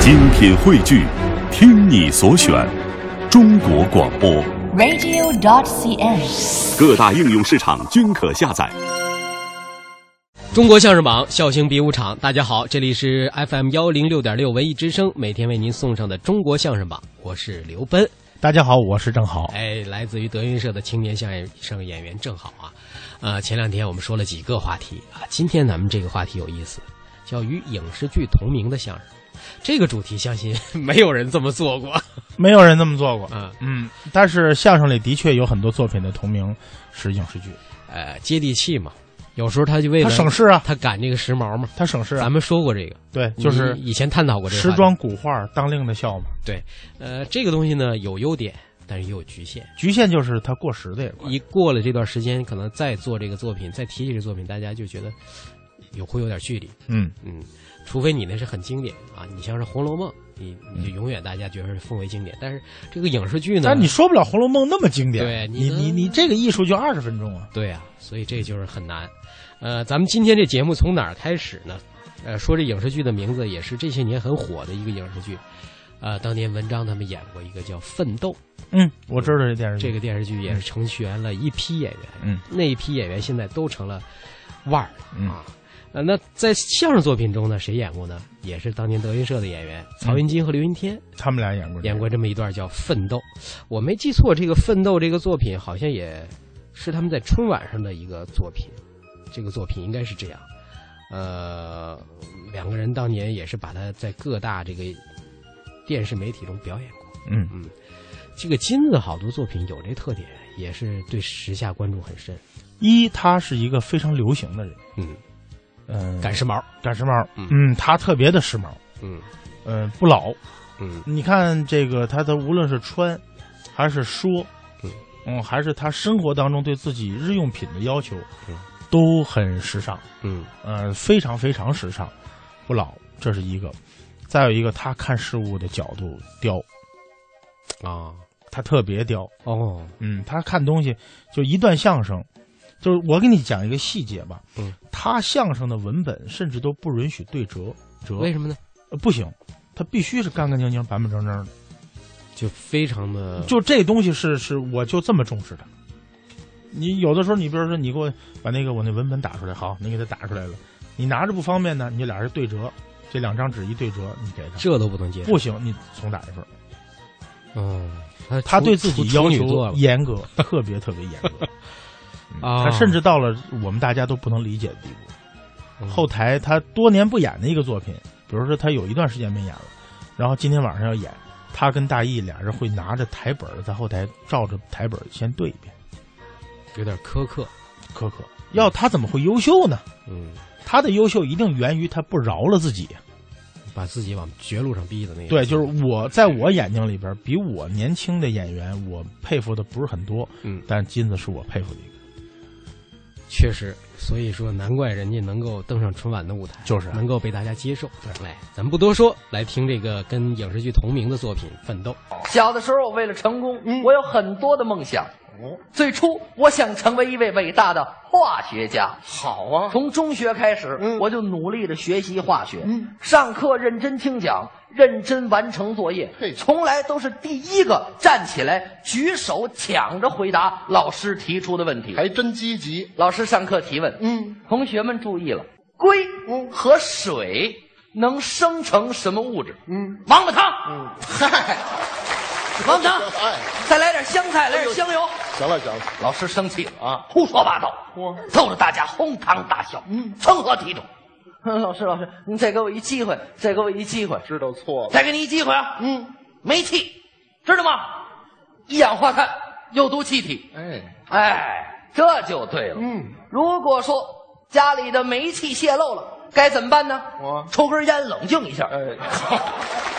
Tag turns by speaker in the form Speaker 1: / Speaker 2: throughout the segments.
Speaker 1: 精品汇聚，听你所选，中国广播。
Speaker 2: radio.cn。
Speaker 1: 各大应用市场均可下载。
Speaker 3: 中国相声榜，笑星比武场。大家好，这里是 FM 幺零六点六文艺之声，每天为您送上的中国相声榜，我是刘奔。
Speaker 4: 大家好，我是郑好。
Speaker 3: 哎，来自于德云社的青年相声演员郑好啊。呃，前两天我们说了几个话题啊，今天咱们这个话题有意思，叫与影视剧同名的相声。这个主题相信没有人这么做过。
Speaker 4: 没有人这么做过，
Speaker 3: 嗯
Speaker 4: 嗯，但是相声里的确有很多作品的同名是影视剧，
Speaker 3: 呃，接地气嘛，有时候他就为
Speaker 4: 它
Speaker 3: 了
Speaker 4: 省事啊，
Speaker 3: 他赶这个时髦嘛。
Speaker 4: 它省事啊
Speaker 3: 咱，们说过这个，
Speaker 4: 对，就是
Speaker 3: 你以前探讨过这个话
Speaker 4: 时
Speaker 3: 题
Speaker 4: 装古画当令的笑嘛。
Speaker 3: 对，呃，这个东西呢有优点，但是也有局限。
Speaker 4: 局限就是它过时的也快，
Speaker 3: 一过了这段时间，可能再做这个作品，再提起这作品，大家就觉得有会有点距离。
Speaker 4: 嗯，
Speaker 3: 嗯，除非你那是很经典啊，你像是《红楼梦》，你你就永远大家觉得是奉为经典。但是这个影视剧呢，
Speaker 4: 嗯但是你说不了《红楼梦》那么经典，
Speaker 3: 对
Speaker 4: 你
Speaker 3: 你
Speaker 4: 你你这个艺术就二十分钟啊，
Speaker 3: 对啊，所以这就是很难。呃，咱们今天这节目从哪儿开始呢？呃，说这影视剧的名字也是这些年很火的一个影视剧。呃，当年文章他们演过一个叫《奋斗》，
Speaker 4: 嗯，我知道这电视剧，
Speaker 3: 这个电视剧也是成全了一批演员，
Speaker 4: 嗯，
Speaker 3: 那一批演员现在都成了腕儿
Speaker 4: 嗯
Speaker 3: 啊。呃那在相声作品中呢，谁演过呢？也是当年德云社的演员曹云金和刘云天
Speaker 4: 他们俩演过这个
Speaker 3: 演过这么一段叫《奋斗》。我没记错，这个《奋斗》这个作品好像也是他们在春晚上的一个作品，这个作品应该是这样。呃，两个人当年也是把它在各大这个电视媒体中表演过。
Speaker 4: 嗯
Speaker 3: 嗯，这个金子好多作品有这特点，也是对时下关注很深。
Speaker 4: 一，他是一个非常流行的人，
Speaker 3: 嗯，
Speaker 4: 嗯，
Speaker 3: 赶时髦。
Speaker 4: 赶时髦，
Speaker 3: 嗯
Speaker 4: 嗯，他特别的时髦，
Speaker 3: 嗯
Speaker 4: 嗯，不老，
Speaker 3: 嗯
Speaker 4: 你看这个他的无论是穿，还是说
Speaker 3: 嗯，
Speaker 4: 嗯，还是他生活当中对自己日用品的要求
Speaker 3: 嗯，
Speaker 4: 都很时尚，
Speaker 3: 嗯
Speaker 4: 呃，非常非常时尚，不老，这是一个。再有一个，他看事物的角度刁，
Speaker 3: 啊
Speaker 4: 他特别刁，
Speaker 3: 哦
Speaker 4: 嗯，他看东西就一段相声，就是我给你讲一个细节吧，
Speaker 3: 嗯，
Speaker 4: 他相声的文本甚至都不允许对折折，
Speaker 3: 为什么呢？
Speaker 4: 呃不行，他必须是干干净净、板板正正的。
Speaker 3: 就非常的
Speaker 4: 就这东西是是我就这么重视它。你有的时候，你比如说，你给我把那个我那文本打出来，好，你给它打出来了，你拿着不方便呢，你就俩人对折，这两张纸一对折，你给他，
Speaker 3: 这都不能接受。
Speaker 4: 不行，你重打一份。
Speaker 3: 嗯，他
Speaker 4: 他
Speaker 3: 处
Speaker 4: 对自己
Speaker 3: 处
Speaker 4: 要
Speaker 3: 处女
Speaker 4: 求
Speaker 3: 座了
Speaker 4: 严格，特别特别严格。嗯
Speaker 3: 啊
Speaker 4: 他甚至到了我们大家都不能理解的地步。
Speaker 3: 嗯
Speaker 4: 后台他多年不演的一个作品，比如说他有一段时间没演了，然后今天晚上要演，他跟大义俩人会拿着台本儿在后台照着台本儿先对一遍。
Speaker 3: 有点苛刻。
Speaker 4: 苛刻。要他怎么会优秀呢？
Speaker 3: 嗯，
Speaker 4: 他的优秀一定源于他不饶了自己。
Speaker 3: 把自己往绝路上逼的那个。
Speaker 4: 对，就是我在我眼睛里边，比我年轻的演员，我佩服的不是很多，
Speaker 3: 嗯，
Speaker 4: 但金子是我佩服的一个。
Speaker 3: 确实，所以说难怪人家能够登上春晚的舞台，
Speaker 4: 就是啊
Speaker 3: 能够被大家接受。来，咱们不多说，来听这个跟影视剧同名的作品《奋斗》。
Speaker 5: 小的时候，我为了成功，我有很多的梦想。最初，我想成为一位伟大的化学家。好啊！嗯从中学开始，我就努力的学习化学，上课认真听讲，认真完成作业，从来都是第一个站起来举手抢着回答老师提出的问题。
Speaker 6: 还真积极。
Speaker 5: 老师上课提问，嗯，同学们注意了，硅和水能生成什么物质？嗯，王八汤。嗯，嗨，王八汤
Speaker 6: 哎，
Speaker 5: 再来点香菜，来点香油。
Speaker 6: 行了行了，
Speaker 5: 老师生气了啊，胡说八道，逗得大家哄堂大笑，嗯，成何体统？ 老师，老师，你再给我一机会，再给我一机会，
Speaker 6: 知道错了。
Speaker 5: 再给你一机会啊！嗯，煤气，知道吗？一氧化碳有毒气体，
Speaker 6: 哎，
Speaker 5: 哎，这就对了。嗯，如果说家里的煤气泄漏了，该怎么办呢？
Speaker 6: 我
Speaker 5: 抽根烟冷静一下。
Speaker 6: 哎，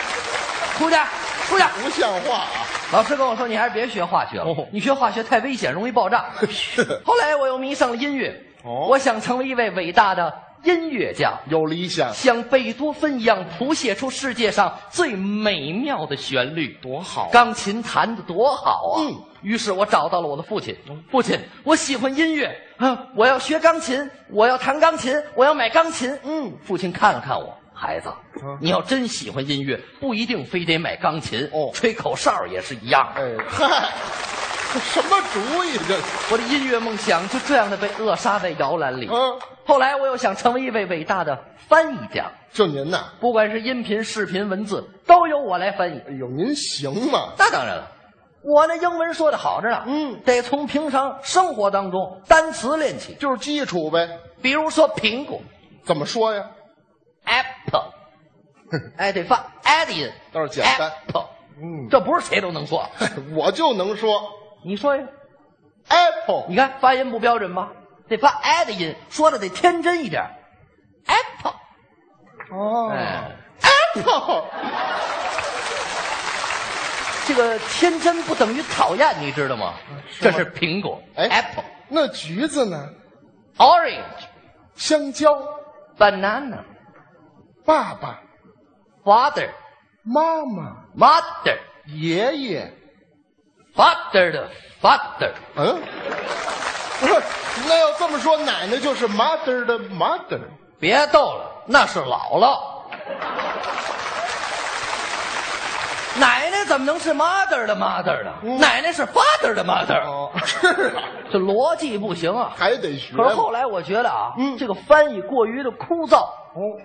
Speaker 5: 出去，出去！
Speaker 6: 不像话啊！
Speaker 5: 老师跟我说，你还是别学化学了，
Speaker 6: 哦
Speaker 5: 你学化学太危险，容易爆 炸。后来我又迷上了音乐，
Speaker 6: 哦
Speaker 5: 我想成为一位伟大的音乐家，
Speaker 6: 有理想，
Speaker 5: 像贝多芬一样谱写出世界上最美妙的旋律。
Speaker 6: 多好啊
Speaker 5: 钢琴弹得多好啊！
Speaker 6: 嗯，
Speaker 5: 于是我找到了我的父亲。父亲，我喜欢音乐啊，我要学钢琴，我要弹钢琴，我要买钢琴。嗯，父亲看了看我，孩子
Speaker 6: 嗯，
Speaker 5: 你要真喜欢音乐，不一定非得买钢琴，
Speaker 6: 哦
Speaker 5: 吹口哨也是一样的。
Speaker 6: 哎，嗨，这什么主意这是？
Speaker 5: 我的音乐梦想就这样的被扼杀在摇篮里。
Speaker 6: 嗯，
Speaker 5: 后来我又想成为一位伟大的翻译家，
Speaker 6: 就您呐，
Speaker 5: 不管是音频、视频、文字，都由我来翻译。
Speaker 6: 哎呦，您行吗？
Speaker 5: 那当然了，我那英文说的好着呢，
Speaker 6: 嗯
Speaker 5: 得从平常生活当中单词练起，
Speaker 6: 就是基础呗。
Speaker 5: 比如说苹果
Speaker 6: 怎么说呀？
Speaker 5: （apple），哎，得发 a d i
Speaker 6: 倒是简单
Speaker 5: apple，
Speaker 6: 嗯，
Speaker 5: 这不是谁都能说。
Speaker 6: 我就能说
Speaker 5: 你说呀，
Speaker 6: apple，
Speaker 5: 你看发音不标准吧？得发 a 的音，说的得天真一点。apple，
Speaker 6: 哦
Speaker 5: 哎，
Speaker 6: ，apple，
Speaker 5: 这个天真不等于讨厌，你知道吗？
Speaker 6: 是
Speaker 5: 这
Speaker 6: 吗
Speaker 5: 是苹果
Speaker 6: 哎
Speaker 5: ，apple，orange，
Speaker 6: 那橘子呢？香蕉，
Speaker 5: banana，
Speaker 6: 爸爸，
Speaker 5: father，
Speaker 6: 妈妈，
Speaker 5: mother，
Speaker 6: 爷爷，
Speaker 5: father 的 father，
Speaker 6: 嗯，不是，那要这么说，奶奶就是 mother 的 mother，
Speaker 5: 别逗了，那是姥姥。奶奶怎么能是 mother 的 mother 呢？
Speaker 6: 嗯
Speaker 5: 奶奶是 father 的 mother，、
Speaker 6: 哦，是啊，
Speaker 5: 这逻辑不行啊。
Speaker 6: 还得学。
Speaker 5: 可是后来我觉得啊，
Speaker 6: 嗯哦
Speaker 5: 这个翻译过于的枯燥，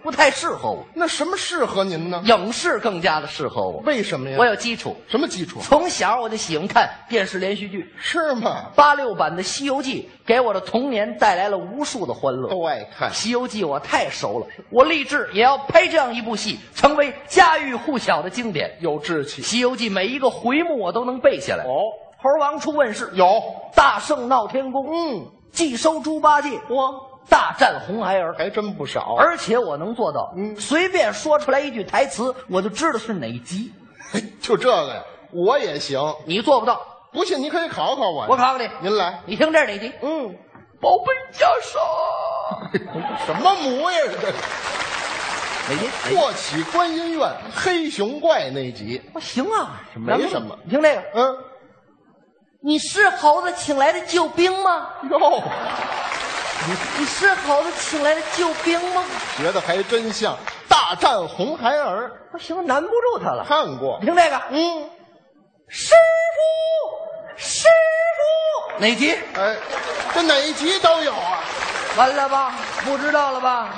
Speaker 5: 不太适合我。
Speaker 6: 那什么适合您呢？
Speaker 5: 影视更加的适合我，
Speaker 6: 为什么呀？
Speaker 5: 我有基础。
Speaker 6: 什么基础？
Speaker 5: 从小我就喜欢看电视连续剧，
Speaker 6: 是吗？
Speaker 5: 八六版的《西游记》给我的童年带来了无数的欢乐。
Speaker 6: 都爱看。
Speaker 5: 《西游记》我太熟了，我立志也要拍这样一部戏，成为家喻户晓的经典。
Speaker 6: 有志
Speaker 5: 《
Speaker 6: 气。
Speaker 5: 西游记》每一个回目我都能背下来。
Speaker 6: 哦，
Speaker 5: 猴王出问世，
Speaker 6: 有，
Speaker 5: 大圣闹天宫，
Speaker 6: 嗯，
Speaker 5: 祭收猪八戒，
Speaker 6: 我
Speaker 5: 大战红孩儿。
Speaker 6: 还真不少。
Speaker 5: 而且我能做到，
Speaker 6: 嗯
Speaker 5: 随便说出来一句台词，我就知道是哪一集。
Speaker 6: 就这个呀，我也行。
Speaker 5: 你做不到，
Speaker 6: 不信你可以考考我。
Speaker 5: 我考考你，
Speaker 6: 您来。
Speaker 5: 你听这是哪集？
Speaker 6: 嗯，
Speaker 5: 宝贝袈裟，
Speaker 6: 什么模样？这 是
Speaker 5: 哪集？哪集
Speaker 6: 霍启观音院黑熊怪那集。
Speaker 5: 我行啊，
Speaker 6: 没什么
Speaker 5: 你听这个，
Speaker 6: 嗯，
Speaker 5: 你是猴子请来的救兵吗？
Speaker 6: 哟，
Speaker 5: 你是猴子请来的救兵吗？
Speaker 6: 学的还真像。大战红孩儿
Speaker 5: 不行，难不住他了。
Speaker 6: 看过
Speaker 5: 你。听这个，
Speaker 6: 嗯，
Speaker 5: 师傅，师傅，哪集？
Speaker 6: 哎，这哪一集都有啊。
Speaker 5: 完了吧？不知道了吧？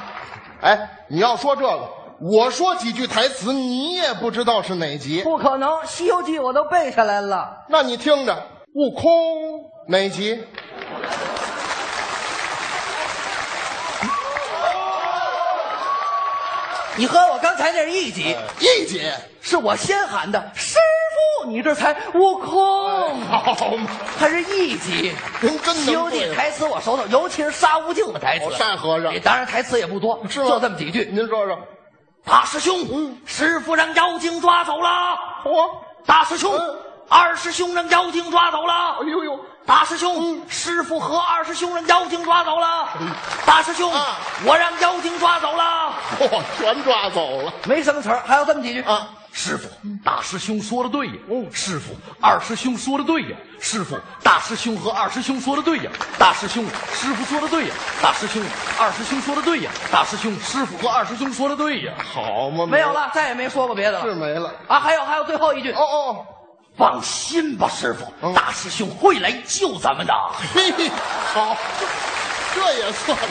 Speaker 6: 哎，你要说这个，我说几句台词，你也不知道是哪集。
Speaker 5: 不可能，《西游记》我都背下来了。
Speaker 6: 那你听着，悟空哪集？
Speaker 5: 你和我刚才那是一集，
Speaker 6: 一集。
Speaker 5: 是我先喊的师傅，你这才悟空，
Speaker 6: 好嘛，
Speaker 5: 它是一集。
Speaker 6: 您嗯真能
Speaker 5: 西游记
Speaker 6: 对》
Speaker 5: 台词我熟透，尤其是沙悟净的台词
Speaker 6: 哦。沙和尚
Speaker 5: 哎当然台词也不多，
Speaker 6: 是吗？嗯
Speaker 5: 就这么几句。
Speaker 6: 您说说，
Speaker 5: 大师兄，师傅让妖精抓走了。
Speaker 6: 嚯，
Speaker 5: 大师兄
Speaker 6: 嗯，
Speaker 5: 二师兄让妖精抓走了。
Speaker 6: 哎呦呦，
Speaker 5: 大师兄，师傅和二师兄让妖精抓走了。大师兄
Speaker 6: 啊，
Speaker 5: 我让妖精抓走了。
Speaker 6: 嚯，全抓走了。
Speaker 5: 没什么词儿，还有这么几句
Speaker 6: 啊。
Speaker 5: 师傅，大师兄说的对呀。师傅，二师兄说的对呀。师傅，大师兄和二师兄说的对呀。大师兄，师傅说的对呀。大师兄，二师兄说的对呀。大师兄，师傅和二师兄说的对呀。
Speaker 6: 好嘛，
Speaker 5: 没有，了，再也没说过别的了。
Speaker 6: 是没了。
Speaker 5: 啊，还有还有最后一句，
Speaker 6: 哦哦，
Speaker 5: 放心吧，师傅，
Speaker 6: 嗯
Speaker 5: 大师兄会来救咱们的。
Speaker 6: 嘿，好，这也算了。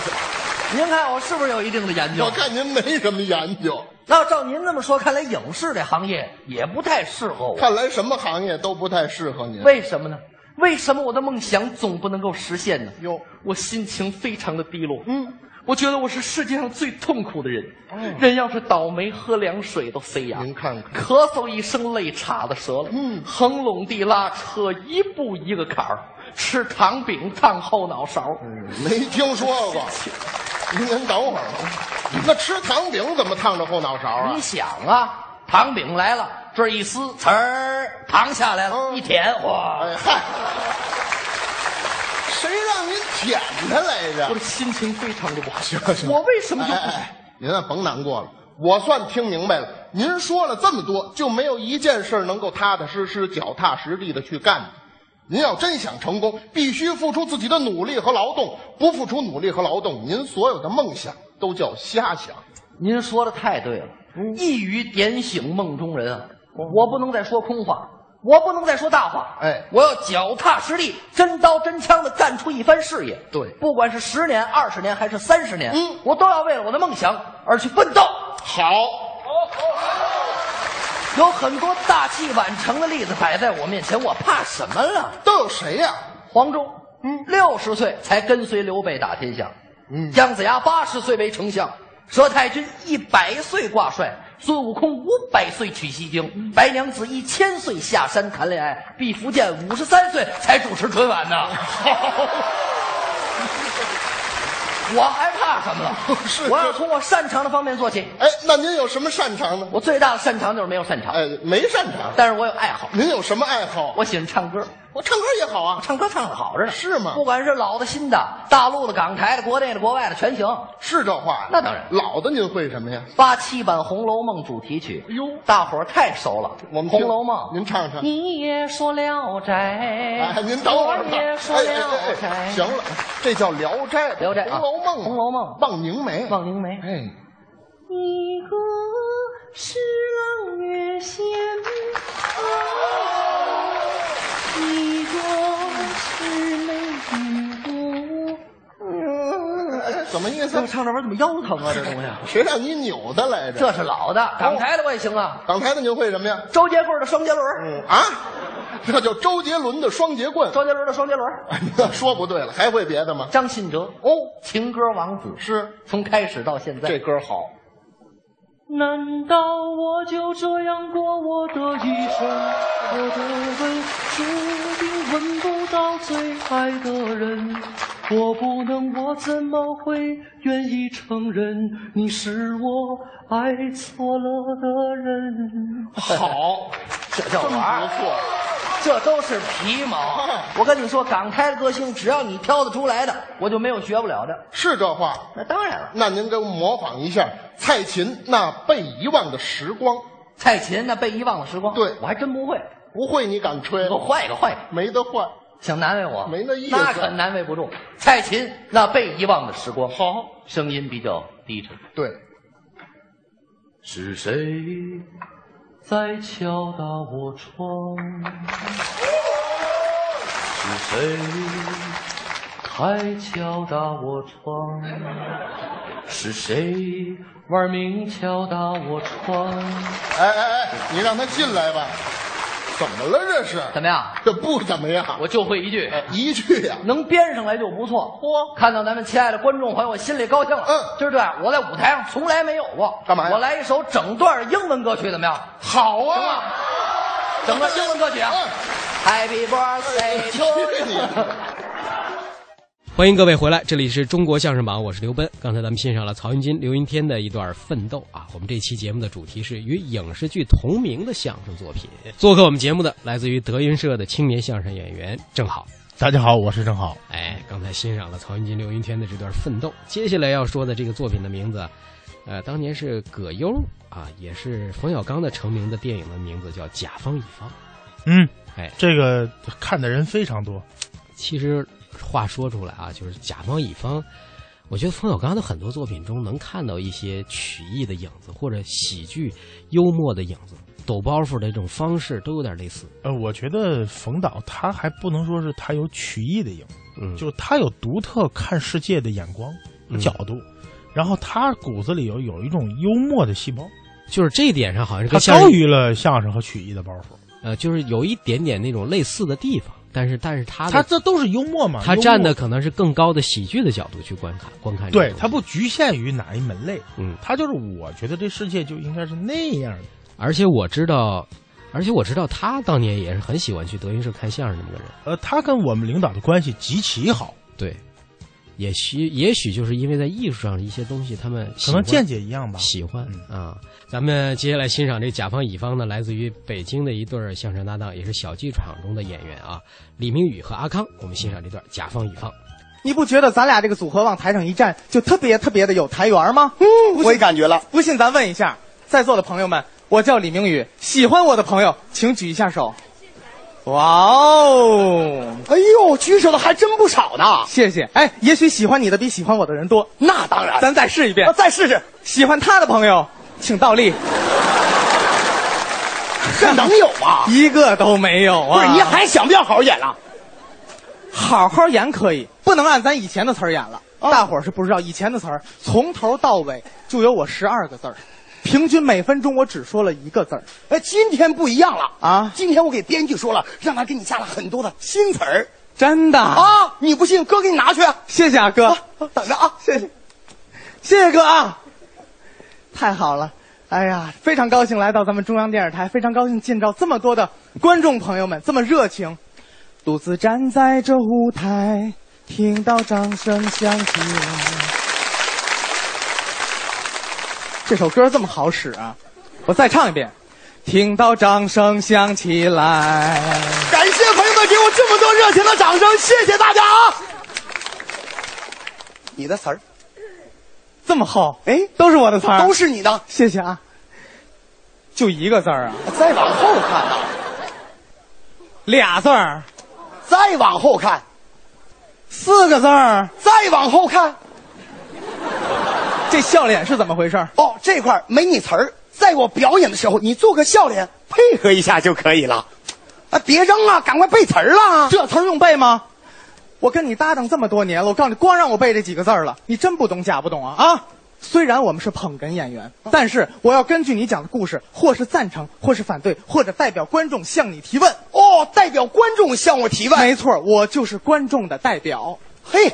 Speaker 5: 您看我是不是有一定的研
Speaker 6: 我看您没什么研究，
Speaker 5: 那要照您这么说，看来影视这行业也不太适合我。
Speaker 6: 看来什么行业都不太适合您。
Speaker 5: 为什么呢？为什么我的梦想总不能够实现呢？
Speaker 6: 哟，
Speaker 5: 我心情非常的低落。
Speaker 6: 嗯，
Speaker 5: 我觉得我是世界上最痛苦的人。人要是倒霉，喝凉水都塞牙。
Speaker 6: 您看看，
Speaker 5: 咳嗽一声，泪岔子折了。
Speaker 6: 嗯
Speaker 5: 横垄地拉车，一步一个坎儿，吃糖饼烫后脑勺。
Speaker 6: 没听说过。您您等会儿，那吃糖饼怎么烫着后脑勺啊
Speaker 5: 你？想啊，糖饼来了，这儿一撕，呲儿，糖下来了，
Speaker 6: 嗯
Speaker 5: 一舔，哇！
Speaker 6: 哎嗨，谁让您舔它来
Speaker 5: 我
Speaker 6: 着
Speaker 5: 的？心情非常的不好。
Speaker 6: 行
Speaker 5: 我为什么就
Speaker 6: 哎
Speaker 5: 不
Speaker 6: 哎哎您啊，甭难过了，我算听明白了。您说了这么多，就没有一件事儿能够踏踏实实、脚踏实地的去干的。您要真想成功，必须付出自己的努力和劳动。不付出努力和劳动，您所有的梦想都叫瞎想。
Speaker 5: 您说的太对了，
Speaker 6: 嗯
Speaker 5: 一语点醒梦中人啊！我不能再说空话，我不能再说大话，
Speaker 6: 哎
Speaker 5: 我要脚踏实地，真刀真枪的干出一番事业。
Speaker 6: 对
Speaker 5: 不管是十年、二十年还是三十年，
Speaker 6: 嗯
Speaker 5: 我都要为了我的梦想而去奋斗。
Speaker 6: 好，
Speaker 5: 有很多大器晚成的例子摆在我面前，我怕什么了？
Speaker 6: 都有谁呀、
Speaker 5: 黄忠，嗯，六十岁才跟随刘备打天下，嗯，姜子牙八十岁为丞相，佘太君一百岁挂帅，孙悟空五百岁取西经，白娘子一千岁下山谈恋爱，毕福剑五十三岁才主持春晚呢。我还怕什么了？
Speaker 6: 是
Speaker 5: 我要
Speaker 6: 是
Speaker 5: 从我擅长的方面做起。
Speaker 6: 哎，那您有什么擅长呢？
Speaker 5: 我最大的擅长就是没有擅长，
Speaker 6: 哎，没擅长。
Speaker 5: 但是我有爱好，
Speaker 6: 您有什么爱好？
Speaker 5: 我喜欢唱歌。
Speaker 6: 我唱歌也好啊。
Speaker 5: 唱歌唱的好着呢，
Speaker 6: 是吗
Speaker 5: 不管是老的、新的，大陆的、港台的、国内的、国外的，全行。
Speaker 6: 是这话呀，
Speaker 5: 那当然
Speaker 6: 老的您会什么呀？
Speaker 5: 八七版《红楼梦》主题曲，
Speaker 6: 哎呦
Speaker 5: 大伙儿太熟了。
Speaker 6: 我们
Speaker 5: 红
Speaker 6: 听
Speaker 5: 楼梦》，
Speaker 6: 您唱唱
Speaker 5: 你也说《聊斋
Speaker 6: 哎，》，您等会儿
Speaker 5: 我也
Speaker 6: 吧。
Speaker 5: 说《
Speaker 6: 哎
Speaker 5: 聊
Speaker 6: 哎哎
Speaker 5: 斋
Speaker 6: 哎，》。行了，这叫《聊斋》《
Speaker 5: 聊斋啊
Speaker 6: 红楼梦》《
Speaker 5: 红楼梦
Speaker 6: 望凝眉》
Speaker 5: 望凝眉
Speaker 6: 哎，
Speaker 5: 一个是朗月仙，一个是美女
Speaker 6: 哎什么意
Speaker 5: 这
Speaker 6: 思？
Speaker 5: 唱这玩意儿怎么腰疼啊？这 东西，
Speaker 6: 谁让你扭的来着？
Speaker 5: 这是老
Speaker 6: 哦
Speaker 5: 的，港台的我也行啊。
Speaker 6: 港台的您会什么呀？
Speaker 5: 周杰棍儿的双杰轮儿，
Speaker 6: 嗯啊，这叫周杰伦的双截棍。
Speaker 5: 周杰伦的双杰轮儿，
Speaker 6: 哎那说不对了，还会别的吗？
Speaker 5: 张信哲
Speaker 6: 哦，
Speaker 5: 情歌王子，
Speaker 6: 是
Speaker 5: 从开始到现在，
Speaker 6: 这歌好。
Speaker 5: 难道我就这样过我的一生？我的吻注定吻不到最爱的人，我不能，我怎么会愿意承认你是我爱错了的人？
Speaker 6: 好，
Speaker 5: 这叫
Speaker 6: 真
Speaker 5: 玩
Speaker 6: 不
Speaker 5: 儿，
Speaker 6: 错。
Speaker 5: 这都是皮毛。我跟你说，港台的歌星，只要你挑得出来的，我就没有学不了的。
Speaker 6: 是这话，
Speaker 5: 那当然了，
Speaker 6: 那您给我模仿一下蔡琴那被遗忘的时光，
Speaker 5: 蔡琴那被遗忘的时光，
Speaker 6: 对
Speaker 5: 我还真不 会。
Speaker 6: 不会你敢吹
Speaker 5: 给我？换一个，换一个。
Speaker 6: 没得换。
Speaker 5: 想难为我？
Speaker 6: 没那意思
Speaker 5: 那可难为不住。蔡琴那被遗忘的时光，
Speaker 6: 好，
Speaker 5: 声音比较低沉。
Speaker 6: 对，
Speaker 5: 是谁在敲打我窗？是谁还敲打我窗？是谁玩命敲打我窗？
Speaker 6: 哎哎哎，你让他进来吧。怎么了这是？
Speaker 5: 怎么样？
Speaker 6: 这不怎么样，
Speaker 5: 我就会一句，
Speaker 6: 一句呀、
Speaker 5: 能编上来就不错。
Speaker 6: 嚯
Speaker 5: 看到咱们亲爱的观众朋友，我心里高兴了。
Speaker 6: 嗯
Speaker 5: 就是这样，我在舞台上从来没有过。
Speaker 6: 干嘛呀
Speaker 5: 我来一首整段英文歌曲，怎么样？
Speaker 6: 好
Speaker 5: 行吗
Speaker 6: 啊，？
Speaker 5: 整段英文歌曲啊。
Speaker 6: 嗯
Speaker 5: Happy birthday
Speaker 6: 去
Speaker 5: to
Speaker 6: 你
Speaker 5: you！
Speaker 6: 的！
Speaker 3: 欢迎各位回来，这里是中国相声榜，我是刘奔。刚才咱们欣赏了曹云金、刘云天的一段奋斗啊。我们这期节目的主题是与影视剧同名的相声作品。做客我们节目的来自于德云社的青年相声演员郑好。
Speaker 4: 大家好，我是郑好。
Speaker 3: 哎，刚才欣赏了曹云金、刘云天的这段奋斗，接下来要说的这个作品的名字，呃，当年是葛优啊，也是冯小刚的成名的电影的名字叫《甲方乙方》。
Speaker 4: 嗯，
Speaker 3: 哎，
Speaker 4: 这个看的人非常多。
Speaker 3: 其实话说出来啊，就是甲方乙方，我觉得冯小刚的很多作品中能看到一些曲艺的影子，或者喜剧幽默的影子，抖包袱的这种方式都有点类似。
Speaker 4: 呃，我觉得冯导他还不能说是他有曲艺的影子，
Speaker 3: 嗯，
Speaker 4: 就是他有独特看世界的眼光、
Speaker 3: 嗯
Speaker 4: 角度，然后他骨子里有有一种幽默的细胞，
Speaker 3: 就是这一点上好像是
Speaker 4: 他
Speaker 3: 跟相
Speaker 4: 高
Speaker 3: 声
Speaker 4: 于了相声和曲艺的包袱。
Speaker 3: 呃，就是有一点点那种类似的地方，但是但是他
Speaker 4: 他
Speaker 3: 的
Speaker 4: 这都是幽默嘛？
Speaker 3: 他
Speaker 4: 幽默
Speaker 3: 站的可能是更高的喜剧的角度去观看观看这个
Speaker 4: 对
Speaker 3: 东西，
Speaker 4: 他不局限于哪一门类，
Speaker 3: 嗯，
Speaker 4: 他就是我觉得这世界就应该是那样的。
Speaker 3: 而且我知道，而且我知道他当年也是很喜欢去德云社看相声这么个人，
Speaker 4: 呃，他跟我们领导的关系极其好，
Speaker 3: 对，也许也许就是因为在艺术上一些东西他们喜
Speaker 4: 可
Speaker 3: 欢
Speaker 4: 能见解一样吧。嗯
Speaker 3: 喜欢啊。咱们接下来欣赏这甲方乙方呢，来自于北京的一对儿相声搭档，也是小剧场中的演员啊，李明宇和阿康。我们欣赏这段甲方乙方。
Speaker 2: 你不觉得咱俩这个组合往台上一站，就特别特别的有台缘吗？嗯，我也感觉了。不信咱问一下，在座的朋友们，我叫李明宇，喜欢我的朋友请举一下手。哇哦，
Speaker 7: 哎呦，举手的还真不少呢。
Speaker 2: 谢谢。哎，也许喜欢你的比喜欢我的人多，
Speaker 7: 那当然，
Speaker 2: 咱再试一遍
Speaker 7: 啊。再试试，
Speaker 2: 喜欢他的朋友，请倒 立，
Speaker 7: 这能有吗？
Speaker 2: 一个都没有
Speaker 7: 不
Speaker 2: 啊！
Speaker 7: 是，你还想不想好好演了？
Speaker 2: 好好演可以，不能按咱以前的词儿演了。大伙儿是不知道，以前的词儿从头到尾就有我十二个字儿，平均每分钟我只说了一个字儿。
Speaker 7: 哎，今天不一样了
Speaker 2: 啊
Speaker 7: 今天我给编剧说了，让他给你加了很多的新词儿
Speaker 2: 真的啊！
Speaker 7: 啊！你不信，哥给你拿去，
Speaker 2: 谢谢啊哥，
Speaker 7: 等着啊！
Speaker 2: 谢谢，谢谢哥啊！太好了，哎呀，非常高兴来到咱们中央电视台，非常高兴见到这么多的观众朋友们，这么热情。独自站在这舞台，听到掌声响起来。这首歌这么好使啊！我再唱一遍，听到掌声响起来。
Speaker 7: 感谢朋友们给我啊这么多热情的掌声，谢谢大家啊！你的词儿
Speaker 2: 这么厚，
Speaker 7: 哎
Speaker 2: 都是我的词儿，
Speaker 7: 都是你的，
Speaker 2: 谢谢啊。就一个字儿啊，
Speaker 7: 再往后看呐，
Speaker 2: 俩字儿，
Speaker 7: 再往后看，
Speaker 2: 四个字儿，
Speaker 7: 再往后看。
Speaker 2: 这笑脸是怎么回事儿？
Speaker 7: 哦，这块儿没你词儿，在我表演的时候，你做个笑脸，配合一下就可以了。啊，别扔啊，赶快背词儿啦！
Speaker 2: 这词儿用背吗？我跟你搭档这么多年了，我告诉你，光让我背这几个字儿了，你真不懂假不懂啊啊！虽然我们是捧哏演员，但是我要根据你讲的故事，或是赞成，或是反对，或者代表观众向你提问。
Speaker 7: 哦，代表观众向我提问。
Speaker 2: 没错，我就是观众的代表。
Speaker 7: 嘿，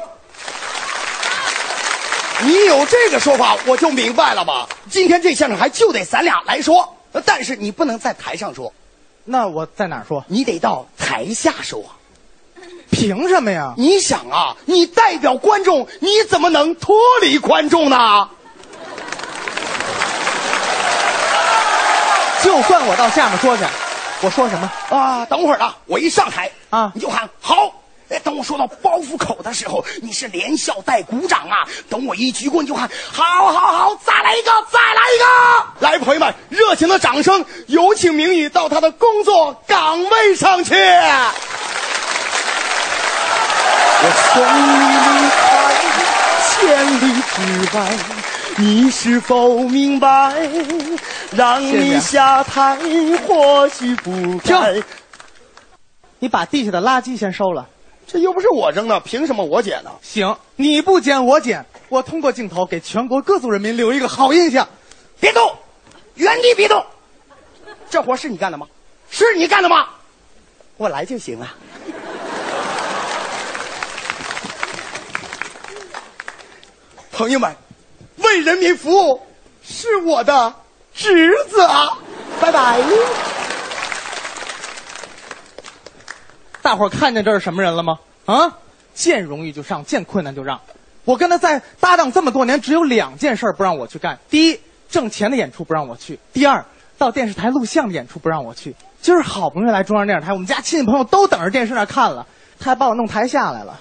Speaker 7: 你有这个说法，我就明白了吧？今天这相声还就得咱俩来说，呃但是你不能在台上说，
Speaker 2: 那我在哪儿说？
Speaker 7: 你得到台下说。
Speaker 2: 凭什么呀？
Speaker 7: 你想啊，你代表观众，你怎么能脱离观众呢？
Speaker 2: 就算我到下面说去，我说什么？
Speaker 7: 啊，等会儿啊，我一上台
Speaker 2: 啊
Speaker 7: 你就喊好。哎，等我说到包袱口的时候，你是连笑带鼓掌啊！等我一鞠躬，你就喊好，好，好，再来一个，再来一个！来，朋友们，热情的掌声，有请明宇到他的工作岗位上去。我送你离开千里之外，你是否明白？让
Speaker 2: 你
Speaker 7: 下台或许不
Speaker 2: 该你把地下的垃圾先收了。
Speaker 7: 这又不是我扔的，凭什么我捡呢？
Speaker 2: 行，你不捡我捡，我通过镜头给全国各族人民留一个好印象。
Speaker 7: 别动，原地别动。这活是你干的吗？是你干的吗？我来就行啊。朋友们，为人民服务是我的职责。拜拜。
Speaker 2: 大伙儿看见这是什么人了吗？啊，见容易就上，见困难就让。我跟他在搭档这么多年，只有两件事儿不让我去干：第一，挣钱的演出不让我去；第二，到电视台录像的演出不让我去。今儿好不容易来中央电视台，我们家亲戚朋友都等着电视那儿看了，他还把我弄台下来了。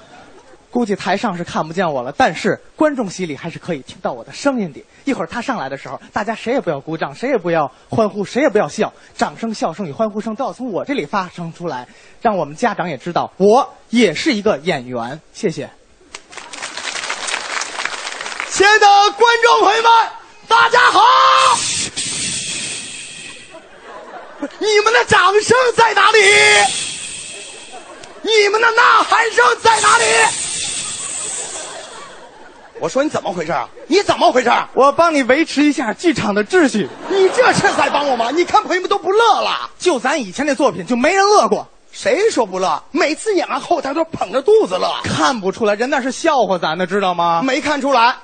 Speaker 2: 估计台上是看不见我了，但是观众席里还是可以听到我的声音的。一会儿他上来的时候，大家谁也不要鼓掌，谁也不要欢呼，谁也不要笑，掌声、笑声与欢呼声都要从我这里发生出来，让我们家长也知道我也是一个演员。谢谢。
Speaker 7: 亲爱的呃观众朋友们，大家好！你们的掌声在哪里？你们的呐喊声在哪里？我说你怎么回事啊？你怎么回事？
Speaker 2: 我帮你维持一下剧场的秩序。
Speaker 7: 你这是在 帮我吗？你看朋友们都不乐了。
Speaker 2: 就咱以前那作品，就没人乐过，
Speaker 7: 谁说不乐？每次演完后台都捧着肚子乐，
Speaker 2: 看不出来，人那是笑话咱的，知道吗？
Speaker 7: 没看出来。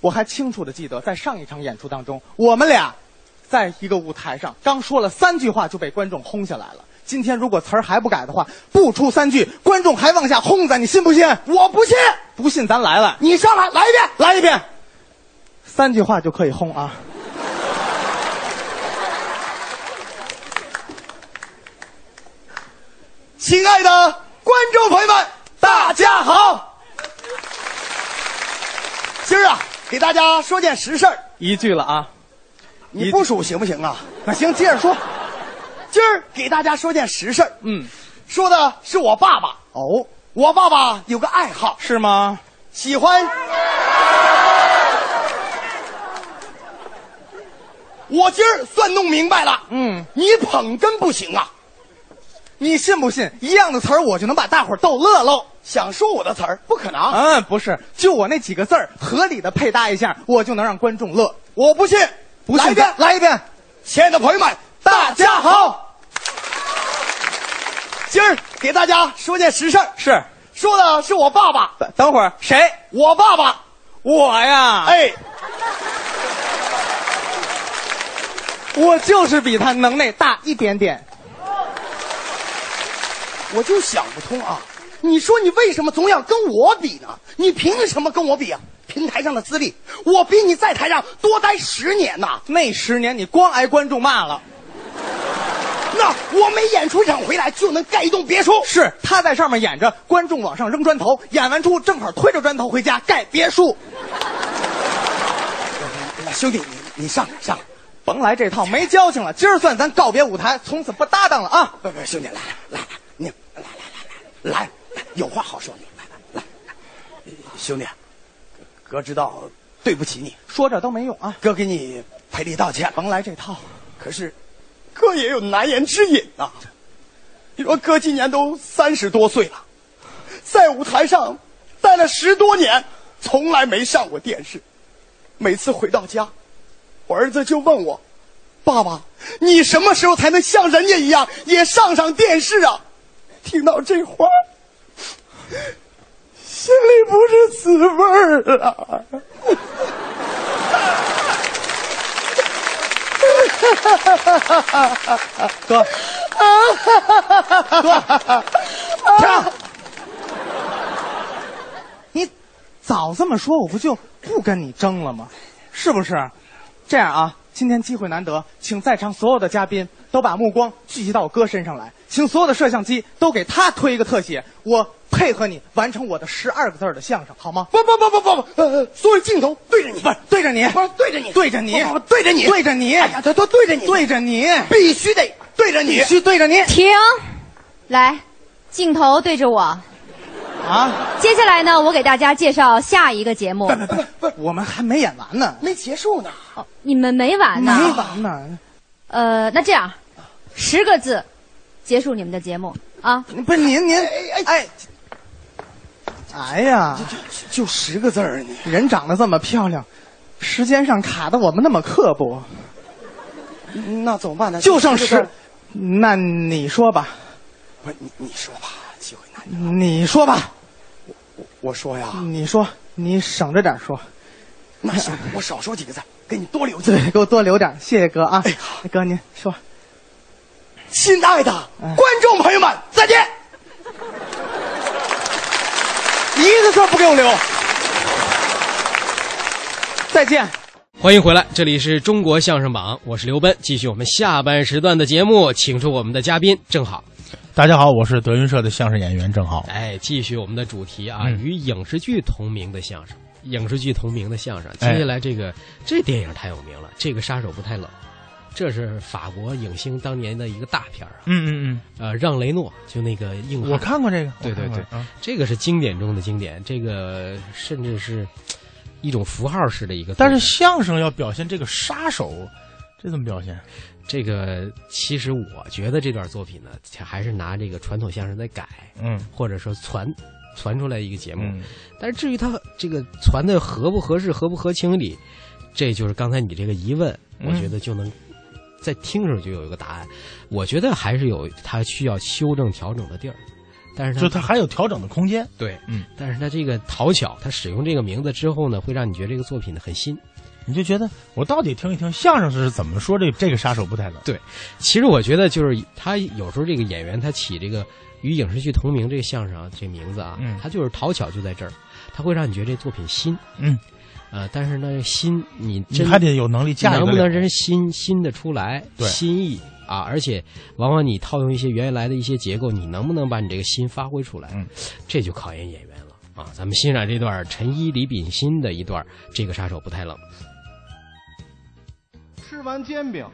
Speaker 2: 我还清楚的记得，在上一场演出当中，我们俩在一个舞台上刚说了三句话就被观众轰下来了。今天如果词儿还不改的话，不出三句，观众还往下轰咱，你信不信？
Speaker 7: 我不信，
Speaker 2: 不信咱来了，
Speaker 7: 你上来来一遍。
Speaker 2: 来一遍，三句话就可以轰啊！
Speaker 7: 亲爱的观众朋友们，大家好！今儿啊，给大家说件实事儿，
Speaker 2: 一句了啊，
Speaker 7: 你不数行不行啊？
Speaker 2: 那行，接着说。
Speaker 7: 今儿给大家说件实事儿
Speaker 2: 嗯，
Speaker 7: 说的是我爸爸哦，我爸爸有个爱好，
Speaker 2: 是吗？
Speaker 7: 喜欢。我今儿算弄明白了，
Speaker 2: 嗯，
Speaker 7: 你捧哏不行啊，
Speaker 2: 你信不信一样的词儿我就能把大伙儿逗乐喽？
Speaker 7: 想说我的词儿不可能，啊
Speaker 2: 嗯，不是，就我那几个字儿合理的配搭一下，我就能让观众乐。
Speaker 7: 我不信，
Speaker 2: 不
Speaker 7: 来
Speaker 2: 信
Speaker 7: 一遍
Speaker 2: 咱，来一遍。
Speaker 7: 亲爱的朋友们，大家好。今儿给大家说件实事儿，
Speaker 2: 是，
Speaker 7: 说的是我爸爸，
Speaker 2: 等等会儿谁？
Speaker 7: 我爸爸，
Speaker 2: 我呀，，
Speaker 7: 哎，
Speaker 2: 我就是比他能耐大一点点。
Speaker 7: 我就想不通啊！你说你为什么总想跟我比呢？你凭什么跟我比啊？平台上的资历，我比你在台上啊多待十年呐、
Speaker 2: 那十年你光挨观众骂了，
Speaker 7: 那我每演出一场回来就能盖一栋别墅。
Speaker 2: 是他在上面演着，观众往上扔砖头，演完出正好推着砖头回家盖别墅，
Speaker 7: 那兄弟，你你上来上来，
Speaker 2: 甭来这套，没交情了。今儿算咱告别舞台，从此不搭档了啊！
Speaker 7: 不不，兄弟来来来来，你来来来来来来，有话好说，你来来来，兄弟，哥知道对不起你，
Speaker 2: 说这都没用啊，
Speaker 7: 哥给你赔礼道歉。
Speaker 2: 甭来这套。
Speaker 7: 可是，哥也有难言之隐呐、你说哥今年都三十多岁了，在舞台上待了十多年，从来没上过电视。每次回到家，我儿子就问我：“爸爸，你什么时候才能像人家一样也上上电视啊？”听到这话，心里不是滋味儿啊。
Speaker 2: 啊你早这么说，我不就不跟你争了吗？是不是？这样啊，今天机会难得，请在场所有的嘉宾都把目光聚集到我哥身上来，请所有的摄像机都给他推一个特写，我配合你完成我的十二个字儿的相声，好吗？
Speaker 7: 不不不不不不，呃，所有镜头对着你，
Speaker 2: 不是对着你，
Speaker 7: 不是对着你，
Speaker 2: 对着你
Speaker 7: 不不不对着你，
Speaker 2: 对着你
Speaker 7: 哎呀，他他对着你，
Speaker 2: 对，着你，
Speaker 7: 必须得对着你
Speaker 2: 必。须对着你
Speaker 8: 停，来，镜头对着我。
Speaker 2: 啊！
Speaker 8: 接下来呢，我给大家介绍下一个节 目。
Speaker 2: 我们还没演完呢，
Speaker 7: 没结束呢，
Speaker 8: 哦你们没完呢。
Speaker 2: 没完呢。
Speaker 8: 呃，那这样，十个字结束你们的节目啊。
Speaker 2: 不是您您哎哎，哎呀！
Speaker 7: 就十个字儿，你
Speaker 2: 人长得这么漂亮，时间上卡的我们那么刻薄，
Speaker 7: 嗯那怎么办呢？
Speaker 2: 就剩
Speaker 7: 这个
Speaker 2: 十
Speaker 7: 字儿，
Speaker 2: 那你说吧，
Speaker 7: 不是你你说吧，机会难。
Speaker 2: 你说吧，
Speaker 7: 我说呀，
Speaker 2: 你说，你省着点说，
Speaker 7: 那行，我少说几个字儿，给你多留几个。
Speaker 2: 对，给我多留点，谢谢哥啊，哥您说，
Speaker 7: 亲爱的观众朋友们，再见。
Speaker 2: 一个字不给我留，再见。
Speaker 3: 欢迎回来，这里是中国相声榜，我是刘奔，继续我们下半时段的节目，请出我们的嘉宾郑好。
Speaker 4: 大家好，我是德云社的相声演员郑好。
Speaker 3: 哎，继续我们的主题啊，
Speaker 4: 嗯
Speaker 3: 与影视剧同名的相声，影视剧同名的相声。
Speaker 4: 哎
Speaker 3: 接下来这个、这电影太有名了，这个杀手不太冷，这是法国影星当年的一个大片儿啊。
Speaker 4: 嗯嗯
Speaker 3: 呃，让雷诺就那个硬汉，
Speaker 4: 我看过这个，
Speaker 3: 嗯对对对
Speaker 4: 我看过啊
Speaker 3: 这个是经典中的经典，这个甚至是一种符号式的一个东西。
Speaker 4: 但是相声要表现这个杀手，这怎么表现？
Speaker 3: 这个其实我觉得这段作品呢，还是拿这个传统相声在改，
Speaker 4: 嗯
Speaker 3: 或者说传传出来一个节目。
Speaker 4: 嗯，
Speaker 3: 但是至于它这个传的合不合适、合不合情理，这就是刚才你这个疑问，
Speaker 4: 嗯
Speaker 3: 我觉得就能在听的时候就有一个答案。我觉得还是有它需要修正调整的地儿，但是
Speaker 4: 就
Speaker 3: 它
Speaker 4: 他还有调整的空间。
Speaker 3: 对，
Speaker 4: 嗯，
Speaker 3: 但是它这个讨巧，它使用这个名字之后呢，会让你觉得这个作品呢很新。
Speaker 4: 你就觉得我到底听一听相声是怎么说这这个杀手不太冷？
Speaker 3: 其实我觉得就是他有时候这个演员他起这个与影视剧同名这个相声啊，这名字啊，
Speaker 4: 嗯
Speaker 3: 他就是讨巧就在这儿，他会让你觉得这作品新，
Speaker 4: 嗯，
Speaker 3: 呃，但是呢新你
Speaker 4: 你
Speaker 3: 真
Speaker 4: 还得有能力驾驭
Speaker 3: 能
Speaker 4: 得
Speaker 3: 不能
Speaker 4: 了。
Speaker 3: 真新新的出来，
Speaker 4: 对
Speaker 3: 新意啊？而且往往你套用一些原来的一些结构，你能不能把你这个新发挥出来？
Speaker 4: 嗯，
Speaker 3: 这就考验演员了啊！咱们欣赏这段陈一、李炳新的一段《这个杀手不太冷》。
Speaker 9: 吃完煎饼，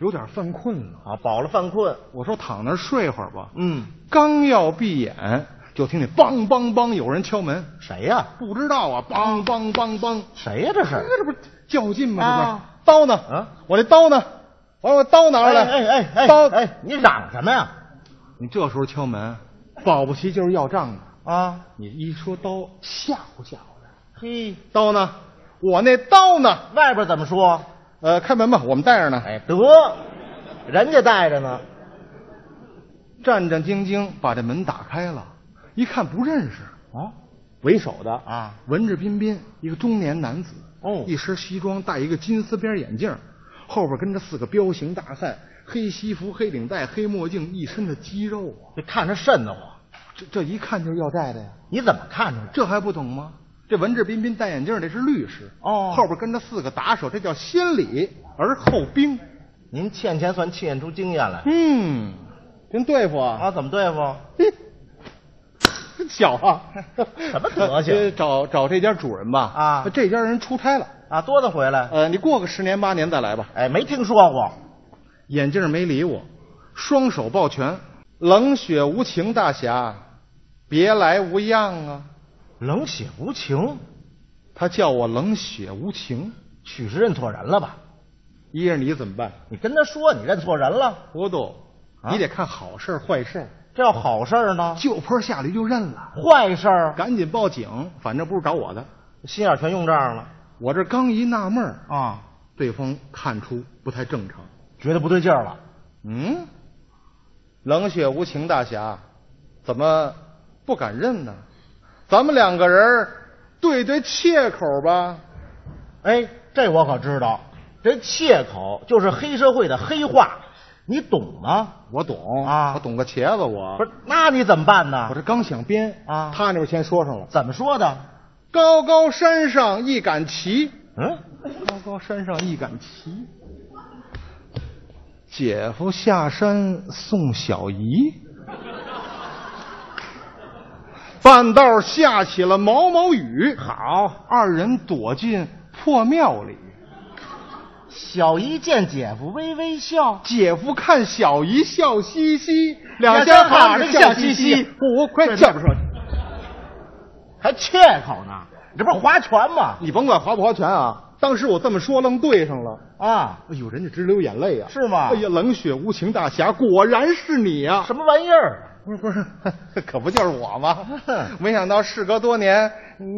Speaker 7: 有点犯困了
Speaker 2: 啊，饱了犯困。
Speaker 7: 我说躺那儿睡会儿吧，
Speaker 2: 嗯，
Speaker 7: 刚要闭眼，就听见梆梆梆有人敲门，
Speaker 2: 谁呀、
Speaker 7: 不知道啊，梆梆梆梆，
Speaker 2: 谁呀、这
Speaker 7: 那
Speaker 2: 是？
Speaker 7: 这不是较劲吗？这不是
Speaker 2: 啊
Speaker 7: 刀呢？
Speaker 2: 啊，
Speaker 7: 我这刀呢？我说我刀拿出来，
Speaker 2: 哎哎哎，
Speaker 7: 刀！
Speaker 2: 哎，你嚷什么呀？
Speaker 7: 你这时候敲门， 保不齐就是要账的。
Speaker 2: 啊，
Speaker 7: 你一说刀，吓唬吓唬人。
Speaker 2: 嘿，
Speaker 7: 刀呢？我那刀呢？
Speaker 2: 外边怎么说？
Speaker 7: 呃，开门吧，我们带着呢。
Speaker 2: 哎，得，人家带着呢。
Speaker 7: 战战兢兢把这门打开了，一看不认识，
Speaker 2: 啊，
Speaker 7: 为首的
Speaker 2: 啊，
Speaker 7: 文质彬彬，一个中年男子，
Speaker 2: 哦
Speaker 7: 一身西装，戴一个金丝边眼镜，后边跟着四个彪形大汉，黑西服、黑领带、黑墨镜，一身的肌肉啊！
Speaker 2: 这看着瘆得慌。
Speaker 7: 这这一看就是要债的呀，
Speaker 2: 你怎么看出来？
Speaker 7: 这还不懂吗？这文质彬彬戴眼镜这是律师
Speaker 2: 哦
Speaker 7: 后边跟着四个打手，这叫先礼而后兵。
Speaker 2: 您欠钱算欠出经验来
Speaker 7: 嗯，真对付啊！
Speaker 2: 啊？怎么对付？
Speaker 7: 小啊，
Speaker 2: 什么德行
Speaker 7: 呃 找找这家主人吧
Speaker 2: 啊
Speaker 7: 这家人出差了，
Speaker 2: 啊，多的回来。
Speaker 7: 呃，你过个十年八年再来吧。
Speaker 2: 哎，没听说过。
Speaker 7: 眼镜没理我，双手抱拳，冷血无情大侠，别来无恙啊！
Speaker 2: 冷血无情，
Speaker 7: 他叫我冷血无情，
Speaker 2: 许是认错人了吧？
Speaker 7: 依着你怎么办？
Speaker 2: 你跟他说你认错人了，
Speaker 7: 糊涂，
Speaker 2: 啊
Speaker 7: 你得看好事儿坏事儿，
Speaker 2: 这要好事儿呢？
Speaker 7: 就坡下驴就认了，
Speaker 2: 坏事儿，
Speaker 7: 赶紧报警，反正不是找我的。
Speaker 2: 心眼全用这儿了
Speaker 7: 我这刚一纳闷儿，
Speaker 2: 啊，
Speaker 7: 对方看出不太正常。
Speaker 2: 觉得不对劲儿了。
Speaker 7: 嗯，冷血无情大侠，怎么不敢认呢？咱们两个人儿对对切口吧。
Speaker 2: 哎，这我可知道，这切口就是黑社会的黑话，你懂吗？
Speaker 7: 我懂
Speaker 2: 啊
Speaker 7: 我懂个茄子我。
Speaker 2: 不是，那你怎么办
Speaker 7: 我
Speaker 2: 呢？
Speaker 7: 这刚想编
Speaker 2: 啊
Speaker 7: 他那边先说上了。
Speaker 2: 怎么说的？
Speaker 7: 高高山上一杆旗，
Speaker 2: 嗯，
Speaker 7: 高高山上一杆旗。姐夫下山送小姨，半道下起了毛毛雨。好，二人躲进破庙里。
Speaker 2: 小姨见姐夫微微笑，
Speaker 7: 姐夫看小姨笑嘻嘻，两
Speaker 2: 家
Speaker 7: 家
Speaker 2: 喊
Speaker 7: 喊
Speaker 2: 着
Speaker 7: 着
Speaker 2: 笑
Speaker 7: 笑
Speaker 2: 嘻
Speaker 7: 嘻
Speaker 2: 嘻
Speaker 7: 嘻。我快
Speaker 2: 这
Speaker 7: 叫
Speaker 2: 不说，还切口呢？你这不是划拳吗？
Speaker 7: 你甭管划不划拳啊，当时我这么说愣对上了。
Speaker 2: 啊，
Speaker 7: 哎呦，人家直流眼泪啊！
Speaker 2: 是吗
Speaker 7: 哎呀，冷血无情大侠，果然是你呀、
Speaker 2: 什么玩意儿？
Speaker 7: 不是不是， 可不就是我 吗？没想到事隔多年，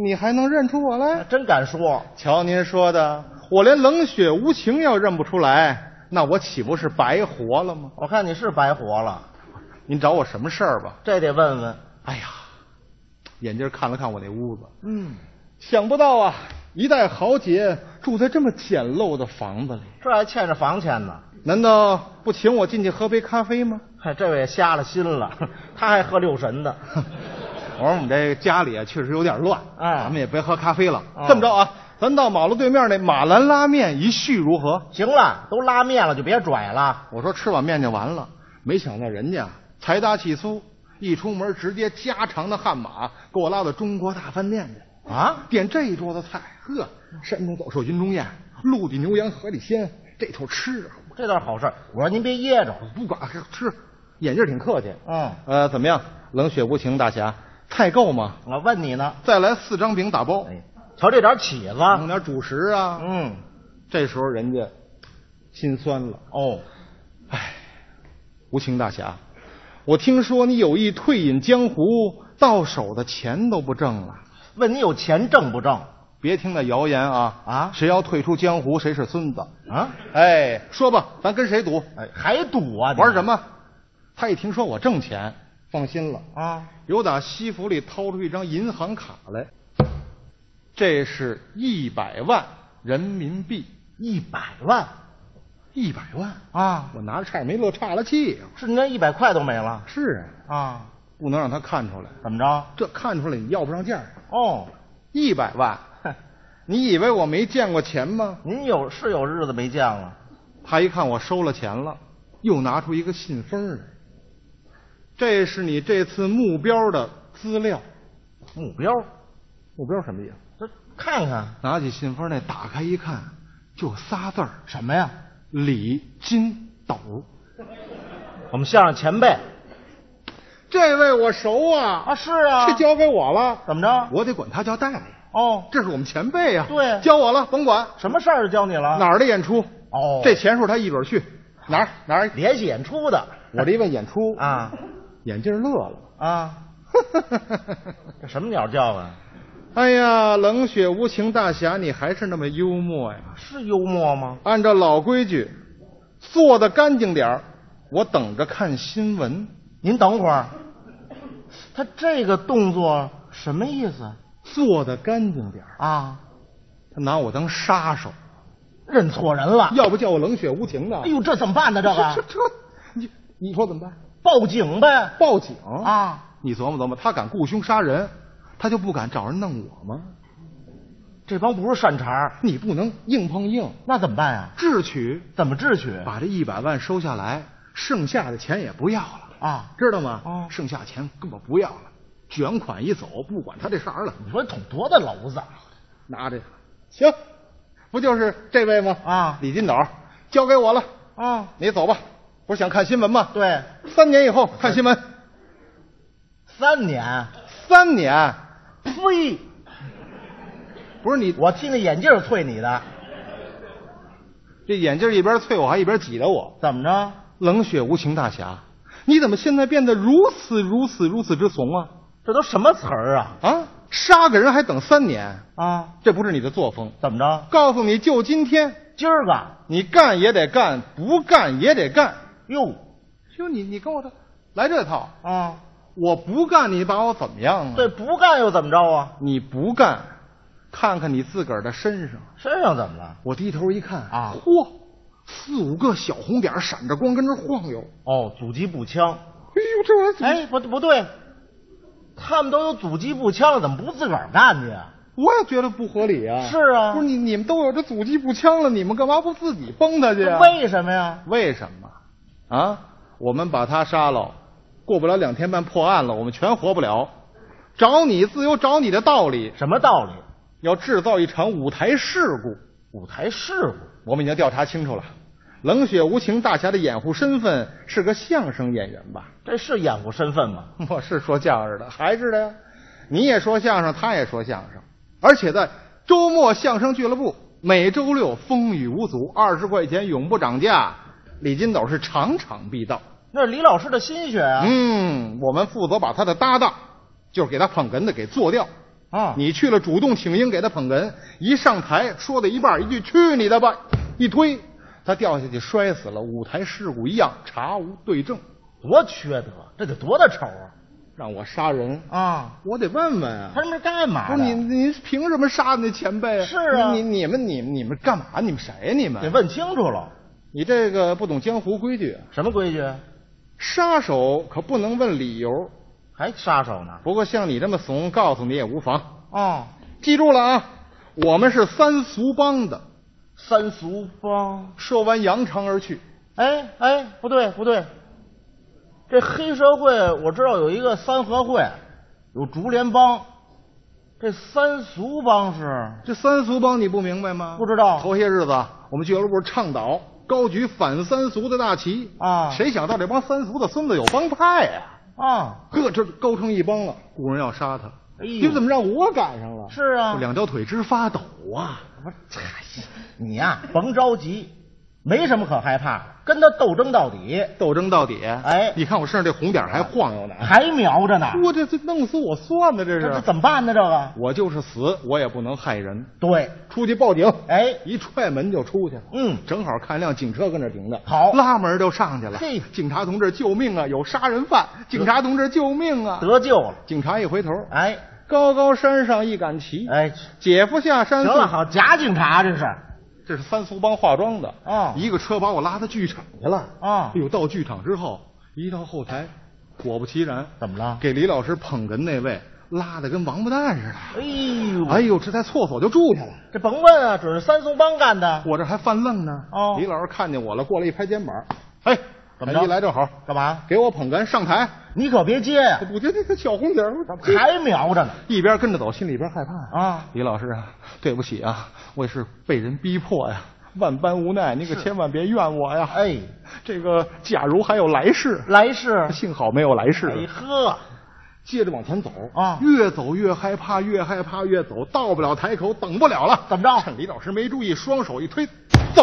Speaker 7: 你还能认出我来。
Speaker 2: 真敢说，
Speaker 7: 瞧您说的，我连冷血无情要认不出来，那我岂不是白活了吗？
Speaker 2: 我看你是白活了，
Speaker 7: 您找我什么事儿吧？
Speaker 2: 这得问问。
Speaker 7: 哎呀，眼睛看了看我那屋子，
Speaker 2: 嗯，
Speaker 7: 想不到啊，一代豪杰住在这么简陋的房子里，
Speaker 2: 这还欠着房钱呢。
Speaker 7: 难道不请我进去喝杯咖啡吗？
Speaker 2: 嗨，这位瞎了心了， 他还喝六神 的。
Speaker 7: 我说我们这家里啊确实有点乱，
Speaker 2: 哎
Speaker 7: 咱们也别喝咖啡了。
Speaker 2: 哦
Speaker 7: 这么着啊，咱到马路对面那马兰拉面一续如何？
Speaker 2: 行了，都拉面了，就别拽了。
Speaker 7: 我说吃碗面就完了，没想到人家财大气粗，一出门直接加长的悍马给我拉到中国大饭店去
Speaker 2: 啊，
Speaker 7: 点这一桌子菜。呵，山东走兽云中宴，陆地牛羊河里鲜，这头吃着
Speaker 2: 这倒是好事儿。我说您别噎着。
Speaker 7: 不管吃，眼镜挺客气。
Speaker 2: 嗯，
Speaker 7: 呃，怎么样，冷血无情大侠，菜够吗？
Speaker 2: 我问你呢。
Speaker 7: 再来四张饼打包。
Speaker 2: 哎，瞧这点起子。
Speaker 7: 弄点主食啊。
Speaker 2: 嗯，
Speaker 7: 这时候人家心酸了，
Speaker 2: 哦，
Speaker 7: 无情大侠，我听说你有意退隐江湖，到手的钱都不挣了。
Speaker 2: 问你有钱挣不挣？
Speaker 7: 别听那谣言啊
Speaker 2: 啊
Speaker 7: 谁要退出江湖，谁是孙子。
Speaker 2: 啊？
Speaker 7: 哎，说吧，咱跟谁赌？
Speaker 2: 哎，还赌啊？你
Speaker 7: 玩什？么？他一听说我挣钱，放心了，
Speaker 2: 啊，
Speaker 7: 有打西服里掏出一张银行卡来，这是一百万人民币，
Speaker 2: 一百万
Speaker 7: 一百万
Speaker 2: 啊！
Speaker 7: 我拿着差点没乐岔了气。啊
Speaker 2: 是您连一百块都没了
Speaker 7: 是啊，
Speaker 2: 啊？
Speaker 7: 不能让他看出来，
Speaker 2: 怎么着？
Speaker 7: 这看出来你要不上价儿。啊
Speaker 2: 哦，
Speaker 7: 一百万，
Speaker 2: 哼，
Speaker 7: 你以为我没见过钱吗？
Speaker 2: 您有是有日子没见了。
Speaker 7: 他一看我收了钱了，又拿出一个信封来，这是你这次目标的资料。
Speaker 2: 目标，
Speaker 7: 目标什么意思？
Speaker 2: 这看看
Speaker 7: 拿起信封来打开一看，就仨字儿：
Speaker 2: 什么呀？
Speaker 7: 礼金。
Speaker 2: 斗。 我们相声前辈，
Speaker 7: 这位我熟啊，
Speaker 2: 啊是啊
Speaker 7: 这交给我了，
Speaker 2: 怎么着？
Speaker 7: 我得管他叫大爷。
Speaker 2: 哦，
Speaker 7: 这是我们前辈啊，
Speaker 2: 对
Speaker 7: 交我了，甭管
Speaker 2: 什么事儿教你了？
Speaker 7: 哪儿的演出，
Speaker 2: 哦，
Speaker 7: 这钱数他一准儿去。哪儿哪儿？
Speaker 2: 联系演出的
Speaker 7: 我这位演出，
Speaker 2: 啊
Speaker 7: 眼镜乐了。
Speaker 2: 啊，这什么鸟叫啊？
Speaker 7: 哎呀，冷血无情大侠，你还是那么幽默呀！
Speaker 2: 是幽默吗？
Speaker 7: 按照老规矩，做的干净点儿，我等着看新闻。
Speaker 2: 您等会儿，他这个动作什么意思
Speaker 7: 做的干净点儿，
Speaker 2: 啊？
Speaker 7: 他拿我当杀手，
Speaker 2: 认错人了？
Speaker 7: 要不叫我冷血无情呢？
Speaker 2: 哎呦，这怎么办呢？这
Speaker 7: 这
Speaker 2: 个
Speaker 7: 这，你你说怎么办？
Speaker 2: 报警呗！
Speaker 7: 报警！
Speaker 2: 啊，
Speaker 7: 你琢磨琢磨，他敢雇凶杀人，他就不敢找人弄我吗？
Speaker 2: 这帮不是善茬儿，
Speaker 7: 你不能硬碰硬，
Speaker 2: 那怎么办呀？
Speaker 7: 智取，
Speaker 2: 怎么智取？
Speaker 7: 把这一百万收下来，剩下的钱也不要了。
Speaker 2: 啊，
Speaker 7: 知道吗？
Speaker 2: 哦
Speaker 7: 剩下钱根本不要了，卷款一走，不管他这茬儿了，
Speaker 2: 你说捅多大娄子？啊
Speaker 7: 拿着，行，不就是这位吗？
Speaker 2: 啊
Speaker 7: 李金斗，交给我了，
Speaker 2: 啊，
Speaker 7: 你走吧。不是想看新闻吗？，
Speaker 2: 对，
Speaker 7: 三年以后看新闻，
Speaker 2: 三年，
Speaker 7: 三年，
Speaker 2: 呸！
Speaker 7: 不是你
Speaker 2: 我替那眼镜儿啐你的，
Speaker 7: 这眼镜一边啐我还一边挤着我，
Speaker 2: 怎么着？
Speaker 7: 冷血无情大侠，你怎么现在变得如此如此如此之怂啊？
Speaker 2: 这都什么词儿啊？
Speaker 7: 啊，杀个人还等三年，
Speaker 2: 啊，
Speaker 7: 这不是你的作风。
Speaker 2: 怎么着？
Speaker 7: 告诉你就今天，
Speaker 2: 今儿个
Speaker 7: 你干也得干，不干也得干。
Speaker 2: 哟
Speaker 7: 就你你跟我这来这套，
Speaker 2: 啊，
Speaker 7: 我不干你把我怎么样啊？
Speaker 2: 对，，不干又怎么着啊？
Speaker 7: 你不干，看看你自个儿的身上。
Speaker 2: 身上怎么了？
Speaker 7: 我低头一看
Speaker 2: 啊
Speaker 7: 嚯，四五个小红点儿闪着光跟这晃悠。
Speaker 2: 哦，阻击步枪。
Speaker 7: 哎呦，这玩意儿怎么？
Speaker 2: 哎，不不对，他们都有阻击步枪了，怎么不自个儿干去啊呀？
Speaker 7: 我也觉得不合理啊。
Speaker 2: 是啊
Speaker 7: 不是你你们都有这阻击步枪了，你们干嘛不自己崩他去啊？
Speaker 2: 为什么呀？
Speaker 7: 为什么？啊，我们把他杀了，过不了两天半破案了，我们全活不了。找你自有找你的道理，
Speaker 2: 什么道理？
Speaker 7: 要制造一场舞台事故。
Speaker 2: 舞台事故
Speaker 7: 我们已经调查清楚了，冷血无情大侠的掩护身份是个相声演员吧？
Speaker 2: 这是掩护身份吗？
Speaker 7: 我是说相声的，还是的呀？你也说相声，他也说相声，而且在周末相声俱乐部，每周六风雨无阻，二十块钱永不涨价。李金斗是场场必到。
Speaker 2: 那是李老师的心血啊！
Speaker 7: 嗯，我们负责把他的搭档，就是给他捧哏的给做掉。
Speaker 2: 啊，
Speaker 7: 你去了主动请缨给他捧哏，一上台说到一半一句“去你的吧”，一推他掉下去摔死了，舞台事故一样，查无对证，
Speaker 2: 多缺德，这得多大仇
Speaker 7: 让我杀人，
Speaker 2: 啊！啊，
Speaker 7: 我得问问啊
Speaker 2: 他。这是干嘛
Speaker 7: 不
Speaker 2: 的？
Speaker 7: 是您，您凭什么杀那前辈啊？
Speaker 2: 是啊
Speaker 7: 你你你们你们你们干嘛？你们谁呀、你
Speaker 2: 得
Speaker 7: 们？
Speaker 2: 问清楚了，
Speaker 7: 你这个不懂江湖规矩啊，
Speaker 2: 什么规矩？
Speaker 7: 杀手可不能问理由。
Speaker 2: 还杀手呢？
Speaker 7: 不过像你这么怂，告诉你也无妨。
Speaker 2: 哦，
Speaker 7: 记住了啊，我们是三俗帮的。
Speaker 2: 三俗帮。
Speaker 7: 说完扬长而去。
Speaker 2: 哎哎，不对不对，这黑社会我知道有一个三合会，有竹联帮，这三俗帮是
Speaker 7: 这三俗帮你不明白吗？
Speaker 2: 不知道
Speaker 7: 头些日子，我们俱乐部倡导高举反三俗的大旗
Speaker 2: 啊
Speaker 7: 谁想到这帮三俗的孙子有帮派呀、
Speaker 2: 啊，
Speaker 7: 呵，这勾成一帮了，故人要杀他。
Speaker 2: 哎呦
Speaker 7: 你们怎么让我赶上了？
Speaker 2: 是啊
Speaker 7: 我两条腿直发抖啊！
Speaker 2: 不是你呀、甭着急，没什么可害怕的，跟他斗争到底，
Speaker 7: 斗争到底。
Speaker 2: 哎
Speaker 7: 你看我身上这红点儿还晃悠呢。
Speaker 2: 还瞄着呢，
Speaker 7: 我这这弄死我算的，这
Speaker 2: 这
Speaker 7: 是
Speaker 2: 这怎么办呢？这个
Speaker 7: 我就是死，我也不能害人。
Speaker 2: 对，
Speaker 7: 出去报警，
Speaker 2: 哎
Speaker 7: 一踹门就出去了。
Speaker 2: 嗯
Speaker 7: 正好看辆警车跟那儿停着，
Speaker 2: 好
Speaker 7: 拉门就上去了。
Speaker 2: 嘿
Speaker 7: 警察同志，救命啊！有杀人犯！警察同志，救命啊！
Speaker 2: 得救了，
Speaker 7: 警察一回头，
Speaker 2: 哎
Speaker 7: 高高山上一杆旗，
Speaker 2: 哎，
Speaker 7: 姐夫下山
Speaker 2: 行
Speaker 7: 送。
Speaker 2: 了，好假警察这是
Speaker 7: 这是三俗帮化妆的
Speaker 2: 哦
Speaker 7: 一个车把我拉到剧场去了
Speaker 2: 啊
Speaker 7: 哎呦，到剧场之后，一到后台，果不其然，
Speaker 2: 怎么了
Speaker 7: 给李老师捧哏那位拉的跟王八蛋似的。
Speaker 2: 哎呦，嗯
Speaker 7: 哎呦，这在厕所就住下了。
Speaker 2: 这甭问啊，准是三俗帮干的，
Speaker 7: 我这还犯愣呢。
Speaker 2: 哦
Speaker 7: 李老师看见我了，过来一拍肩膀，哎，
Speaker 2: 怎么着
Speaker 7: 一来正好，
Speaker 2: 干嘛？
Speaker 7: 给我捧哏上台。
Speaker 2: 你可别接呀、
Speaker 7: 我觉得这个小红点儿，
Speaker 2: 还瞄着呢
Speaker 7: 一边跟着走，心里边害怕。
Speaker 2: 啊！
Speaker 7: 李老师啊，对不起啊，我也是被人逼迫呀、万般无奈，你可千万别怨我呀！
Speaker 10: 哎，
Speaker 7: 这个假如还有来世，
Speaker 10: 来 世
Speaker 7: 幸好没有来世。
Speaker 10: 哎呵，
Speaker 7: 接着往前走
Speaker 10: 啊
Speaker 7: 越走越害怕，越害怕越走，到不了台口，等不了了。
Speaker 10: 怎么着？
Speaker 7: 李老师没注意，双手一推，走。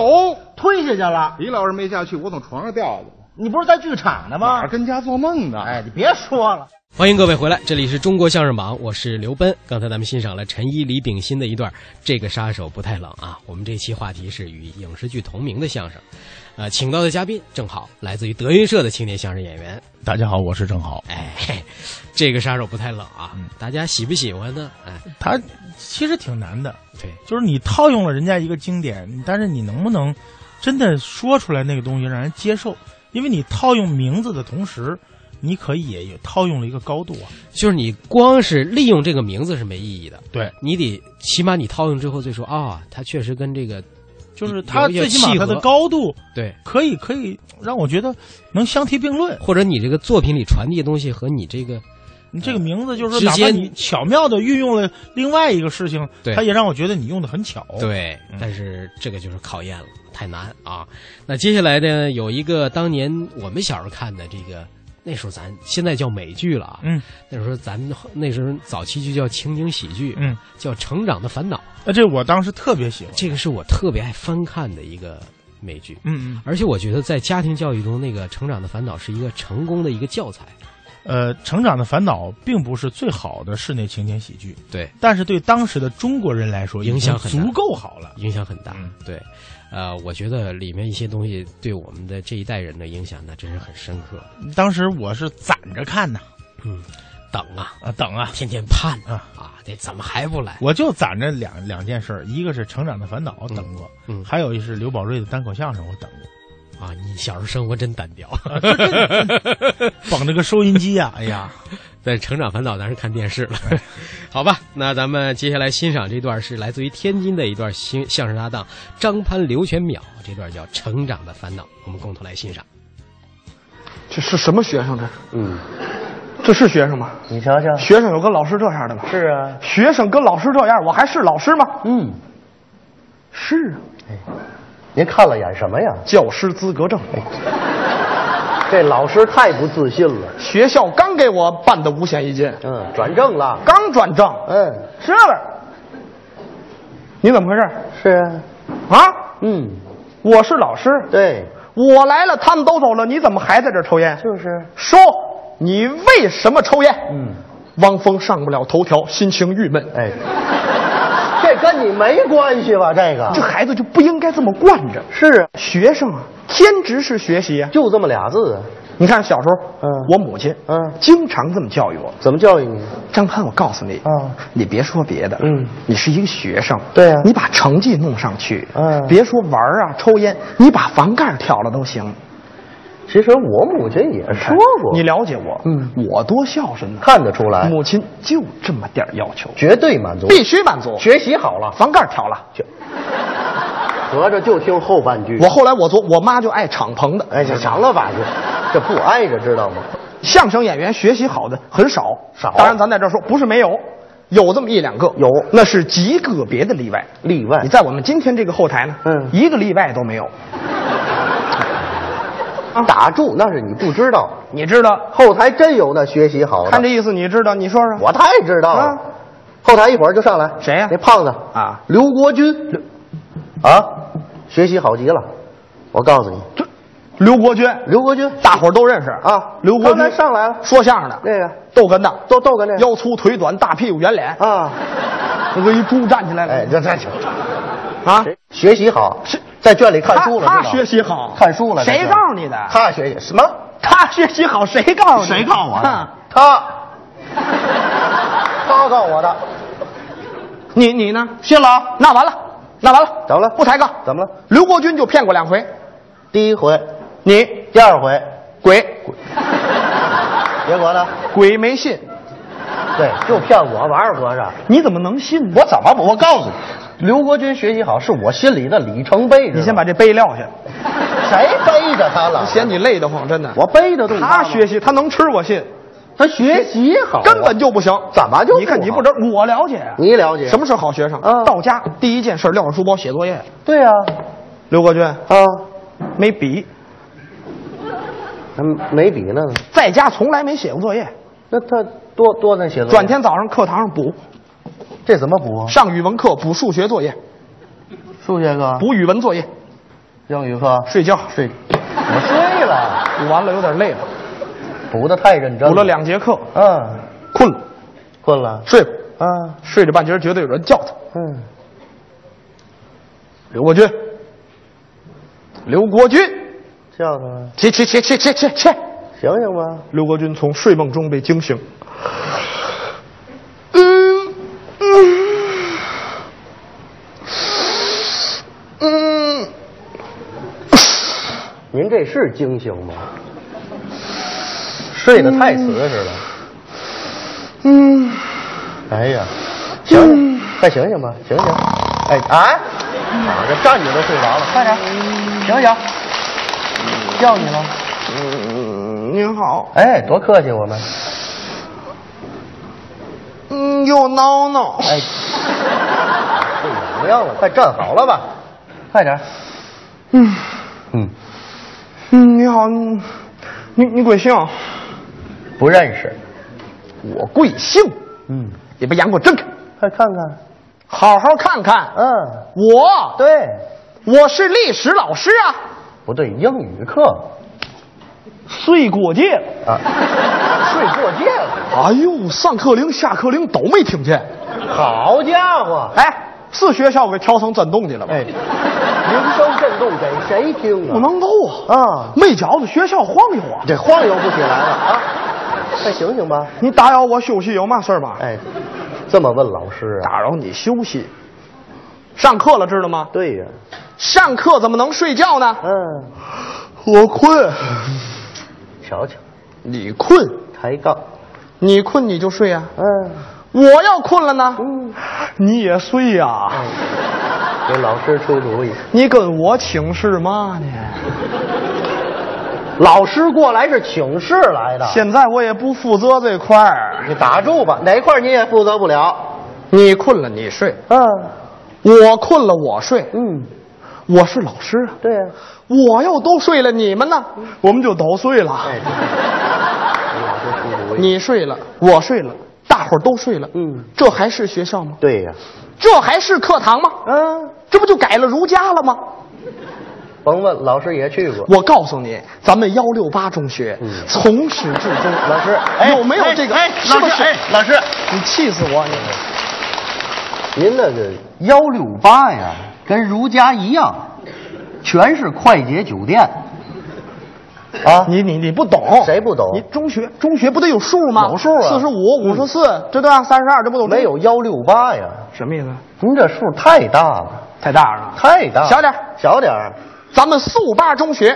Speaker 10: 推下去了。
Speaker 7: 李老师没下去，我从床上掉下去了，
Speaker 10: 你不是在剧场呢
Speaker 7: 哪
Speaker 10: 吗
Speaker 7: 儿？跟家做梦呢？
Speaker 10: 哎，你别说了，
Speaker 3: 欢迎各位回来，这里是中国相声榜，我是刘奔。刚才咱们欣赏了陈一、李炳新的一段《这个杀手不太冷》啊。我们这期话题是与影视剧同名的相声，呃，请到的嘉宾正好来自于德云社的青年相声演员。
Speaker 4: 大家好，我是郑好。
Speaker 3: 哎，嘿 这个杀手不太冷啊，
Speaker 4: 嗯
Speaker 3: 大家喜不喜欢呢？哎，
Speaker 4: 他其实挺难的，
Speaker 3: 对，
Speaker 4: 就是你套用了人家一个经典，但是你能不能真的说出来那个东西让人接受？因为你套用名字的同时，你可以也有套用了一个高度啊。
Speaker 3: 就是你光是利用这个名字是没意义的，
Speaker 4: 对，
Speaker 3: 你得起码你套用之后再说啊、它确实跟这个
Speaker 4: 就是它
Speaker 3: 有一
Speaker 4: 最
Speaker 3: 些
Speaker 4: 起码它
Speaker 3: 契
Speaker 4: 的
Speaker 3: 合
Speaker 4: 高度
Speaker 3: 对，
Speaker 4: 可以可以让我觉得能相提并论。
Speaker 3: 或者你这个作品里传递的东西和你这个
Speaker 4: 你这个名字就是
Speaker 3: 哎直
Speaker 4: 说，哪
Speaker 3: 接
Speaker 4: 怕你巧妙的运用了另外一个事情，
Speaker 3: 对
Speaker 4: 它也让我觉得你用的很巧。，
Speaker 3: 对，
Speaker 4: 嗯
Speaker 3: 但是这个就是考验了，太难啊。那接下来呢，有一个当年我们小时候看的这个，那时候咱现在叫美剧了啊，
Speaker 4: 嗯，
Speaker 3: 那时候咱们那时候早期就叫情景喜剧，
Speaker 4: 嗯，
Speaker 3: 叫《成长的烦恼》，
Speaker 4: 那呃这我当时特别喜欢。
Speaker 3: 这个是我特别爱翻看的一个美剧，
Speaker 4: 嗯嗯，
Speaker 3: 而且我觉得在家庭教育中，那个《成长的烦恼》是一个成功的一个教材，
Speaker 4: 呃，《成长的烦恼》并不是最好的室内情景喜剧，
Speaker 3: 对，
Speaker 4: 但是对当时的中国人来说，
Speaker 3: 影响很大
Speaker 4: 足够好了。
Speaker 3: 影响很大，
Speaker 4: 嗯
Speaker 3: 对。呃，我觉得里面一些东西对我们的这一代人的影响，那真是很深刻的。
Speaker 4: 当时我是攒着看呐，
Speaker 3: 嗯，等啊，
Speaker 4: 啊，等啊，
Speaker 3: 天天盼
Speaker 4: 啊
Speaker 3: 啊，这怎么还不来？
Speaker 4: 我就攒着两两件事儿，一个是《成长的烦恼》，我等过，
Speaker 3: 嗯嗯
Speaker 4: 还有一是刘宝瑞的单口相声，我等过，
Speaker 3: 啊，你小时候生活真单调。
Speaker 4: 捧着个收音机啊，哎呀，
Speaker 3: 在《成长烦恼》咱是看电视了， 好吧？那咱们接下来欣赏这段是来自于天津的一段新相声搭档张潘刘全淼，这段叫《成长的烦恼》，我们共同来欣赏。
Speaker 2: 这是什么学生？这是？嗯，这是学生吗？
Speaker 5: 你瞧瞧，
Speaker 2: 学生有跟老师这样的吗？
Speaker 5: 是啊，
Speaker 2: 学生跟老师这样，我还是老师吗？
Speaker 5: 嗯，
Speaker 2: 是啊，
Speaker 5: 您看了眼什么呀？
Speaker 2: 教师资格证。
Speaker 5: 这老师太不自信了。
Speaker 2: 学校刚给我办的五险一金，
Speaker 5: 嗯，转正了。
Speaker 2: 刚转正。
Speaker 5: 嗯，
Speaker 2: 是了，你怎么回事？
Speaker 5: 是啊，
Speaker 2: 啊，
Speaker 5: 嗯，
Speaker 2: 我是老师，
Speaker 5: 对，
Speaker 2: 我来了，他们都走了，你怎么还在这儿抽烟？
Speaker 5: 就是
Speaker 2: 说，你为什么抽烟？
Speaker 5: 嗯，
Speaker 2: 汪峰上不了头条，心情郁闷。
Speaker 5: 哎，这跟你没关系吧？这个
Speaker 2: 这孩子就不应该这么惯着。
Speaker 5: 是啊，
Speaker 2: 学生啊，兼职是学习啊。
Speaker 5: 就这么俩字啊。
Speaker 2: 你看小时候，
Speaker 5: 嗯
Speaker 2: 我母亲，
Speaker 5: 嗯
Speaker 2: 经常这么教育我。
Speaker 5: 怎么教育你？
Speaker 2: 张潘，我告诉你，
Speaker 5: 嗯
Speaker 2: 你别说别的，
Speaker 5: 嗯，
Speaker 2: 你是一个学生，
Speaker 5: 对啊
Speaker 2: 你把成绩弄上去，
Speaker 5: 嗯
Speaker 2: 别说玩儿啊、抽烟，你把房盖挑了都行。
Speaker 5: 其实我母亲也说过，
Speaker 2: 你了解我，
Speaker 5: 嗯
Speaker 2: 我多孝顺呢。
Speaker 5: 看得出来，
Speaker 2: 母亲就这么点儿要求，
Speaker 5: 绝对满足，
Speaker 2: 必须满足。
Speaker 5: 学习好了，
Speaker 2: 房盖挑了，
Speaker 5: 合着就听后半句。
Speaker 2: 我后来我做，我妈就爱敞篷的。
Speaker 5: 哎，这长了吧唧，这不挨着知道吗？
Speaker 2: 相声演员学习好的很少，
Speaker 5: 少
Speaker 2: 当然，咱在这儿说不是没有，有这么一两个，有，那是极个别的例外。
Speaker 5: 例外
Speaker 2: 你在我们今天这个后台呢，
Speaker 5: 嗯
Speaker 2: 一个例外都没有。
Speaker 5: 打住，那是你不知道，
Speaker 2: 你知道，
Speaker 5: 后台真有那学习好的。
Speaker 2: 看这意思，你知道，你说说。
Speaker 5: 我太知道了。
Speaker 2: 啊
Speaker 5: 后台一会儿就上来，
Speaker 2: 谁呀
Speaker 5: 那胖子
Speaker 2: 啊
Speaker 5: 刘国军，啊，学习好极了。我告诉你，
Speaker 2: 这刘国军，
Speaker 5: 刘国军
Speaker 2: 大伙儿都认识
Speaker 5: 啊
Speaker 2: 刘国
Speaker 5: 刚
Speaker 2: 军
Speaker 5: 才上来了
Speaker 2: 说相声的，
Speaker 5: 那个
Speaker 2: 逗哏的，
Speaker 5: 逗逗哏那个
Speaker 2: 腰粗腿短，大屁股圆脸，
Speaker 5: 啊，
Speaker 2: 这跟一猪站起来了。
Speaker 5: 哎，这这
Speaker 2: 啊，
Speaker 5: 学习好
Speaker 2: 是
Speaker 5: 在圈里看书了，
Speaker 2: 他
Speaker 5: 知
Speaker 2: 他
Speaker 5: 道
Speaker 2: 学习好，
Speaker 5: 看书了，
Speaker 2: 谁
Speaker 5: 这是
Speaker 2: 告诉你的？
Speaker 5: 他学习什么？
Speaker 2: 他学习好，谁告诉你？谁告诉我的？
Speaker 5: 他，他告我的，
Speaker 2: 你你呢？信了啊？那完了，那完了，
Speaker 5: 怎么了
Speaker 2: 不抬杠，
Speaker 5: 怎么了？
Speaker 2: 刘国军就骗过两回，
Speaker 5: 第一回，
Speaker 2: 你
Speaker 5: 第二回，
Speaker 2: 鬼
Speaker 5: 结果呢？
Speaker 2: 鬼没信，
Speaker 5: 对，就骗我玩儿，合着。
Speaker 2: 你怎么能信呢？
Speaker 5: 我怎么不？我告诉你，刘国军学习好是我心里的里程碑。知道吗
Speaker 2: 你先把这杯撂下，
Speaker 5: 谁背着他了？
Speaker 2: 嫌你累得慌，真的。
Speaker 5: 我背得动
Speaker 2: 他
Speaker 5: 吗
Speaker 2: 学习，他能吃我信，
Speaker 5: 他学习好啊，
Speaker 2: 根本就不行。
Speaker 5: 怎么就不好
Speaker 2: 你看你不知道，我了解啊。
Speaker 5: 你了解
Speaker 2: 什么是好学生？
Speaker 5: 嗯
Speaker 2: 到家第一件事，撂上书包写作业。
Speaker 5: 对啊，
Speaker 2: 刘国军
Speaker 3: 嗯
Speaker 2: 啊，没笔，
Speaker 3: 嗯没笔呢，在家从来没写过作业。那他多多难写
Speaker 2: 作业
Speaker 3: 转天早上课堂上补，这怎么补？上语文课补数学作业，数学课补语文作业，英语课睡觉睡，我睡了，补完了有点累了，补的太认真，补了两节课，嗯，困了，困了，睡吧，啊，睡着半截儿觉得有人叫他，嗯，刘国军，刘国军，
Speaker 2: 叫他们
Speaker 3: 起起起起起起起，醒醒吧！刘国军从睡梦中被惊醒，嗯
Speaker 2: 嗯，
Speaker 3: 您这是惊醒吗？睡得太瓷实了。
Speaker 2: 嗯，
Speaker 3: 哎呀，醒醒，快醒醒吧，醒醒！哎啊，躺着站着都睡着了，快点，醒醒！叫你了。嗯，您好。哎，多客气我们。
Speaker 2: 嗯，又挠挠。哎，
Speaker 3: 不要了，快站好了吧，快点。
Speaker 2: 嗯
Speaker 3: 嗯
Speaker 2: 嗯，你好，你你你贵姓？
Speaker 3: 不认识。我贵姓？嗯，你把眼给我睁开，快看看，
Speaker 2: 好好看看。嗯，我对，我是历史老师啊。
Speaker 3: 不对，英语课
Speaker 2: 睡过界了
Speaker 3: 啊， 睡过界了。
Speaker 2: 哎呦，上课铃、下课铃都没听见。
Speaker 3: 好家伙！
Speaker 2: 哎，是学校给调成震动去了吧？哎，
Speaker 3: 铃声震动给谁听啊？
Speaker 2: 不能够啊！啊，没觉着学校晃悠啊，
Speaker 3: 这晃悠不起来了啊！快醒醒吧！
Speaker 2: 你打扰我休息有嘛事儿吗？
Speaker 3: 哎，这么问老师啊？
Speaker 2: 打扰你休息，上课了知道吗？
Speaker 3: 对呀、
Speaker 2: 上课怎么能睡觉呢？嗯，我困。
Speaker 3: 瞧瞧，
Speaker 2: 你困
Speaker 3: 抬杠，
Speaker 2: 你困你就睡呀、嗯，我要困了呢，你也睡呀、
Speaker 3: 嗯给老师出主意。
Speaker 2: 你跟我请示嘛呢？
Speaker 3: 老师过来是请示来的，
Speaker 2: 现在我也不负责这块儿。
Speaker 3: 你打住吧，哪块儿你也负责不了。
Speaker 2: 你困了你睡，
Speaker 3: 嗯，
Speaker 2: 我困了我睡，嗯，我是老师啊，嗯
Speaker 3: 对呀、
Speaker 2: 我要都睡了，你们呢？我们就都睡了。 你睡了，我睡了，大伙儿都睡了，嗯，这还是学校吗？
Speaker 3: 对呀、
Speaker 2: 这还是课堂吗？嗯，这不就改了儒家了吗？
Speaker 3: 甭问，老师也去过。嗯
Speaker 2: 我告诉你，咱们幺六八中学、从始至终，
Speaker 3: 老师哎
Speaker 2: 有没有
Speaker 3: 哎
Speaker 2: 这个？
Speaker 3: 哎
Speaker 2: 是不
Speaker 3: 老师
Speaker 2: 是
Speaker 3: 哎老师，
Speaker 2: 你气死我！你
Speaker 3: 您那个幺六八呀，跟儒家一样，全是快捷酒店。啊，
Speaker 2: 你你你不懂，
Speaker 3: 谁不懂？
Speaker 2: 你中学中学不得有数吗？
Speaker 3: 有数啊嗯
Speaker 2: 四十五、五十四，这对啊，三十二，这不都
Speaker 3: 没有幺六八呀？
Speaker 2: 什么意思？
Speaker 3: 您这数太大了，
Speaker 2: 太大了，
Speaker 3: 太大了，
Speaker 2: 小点儿，
Speaker 3: 小点儿，
Speaker 2: 咱们四五八中学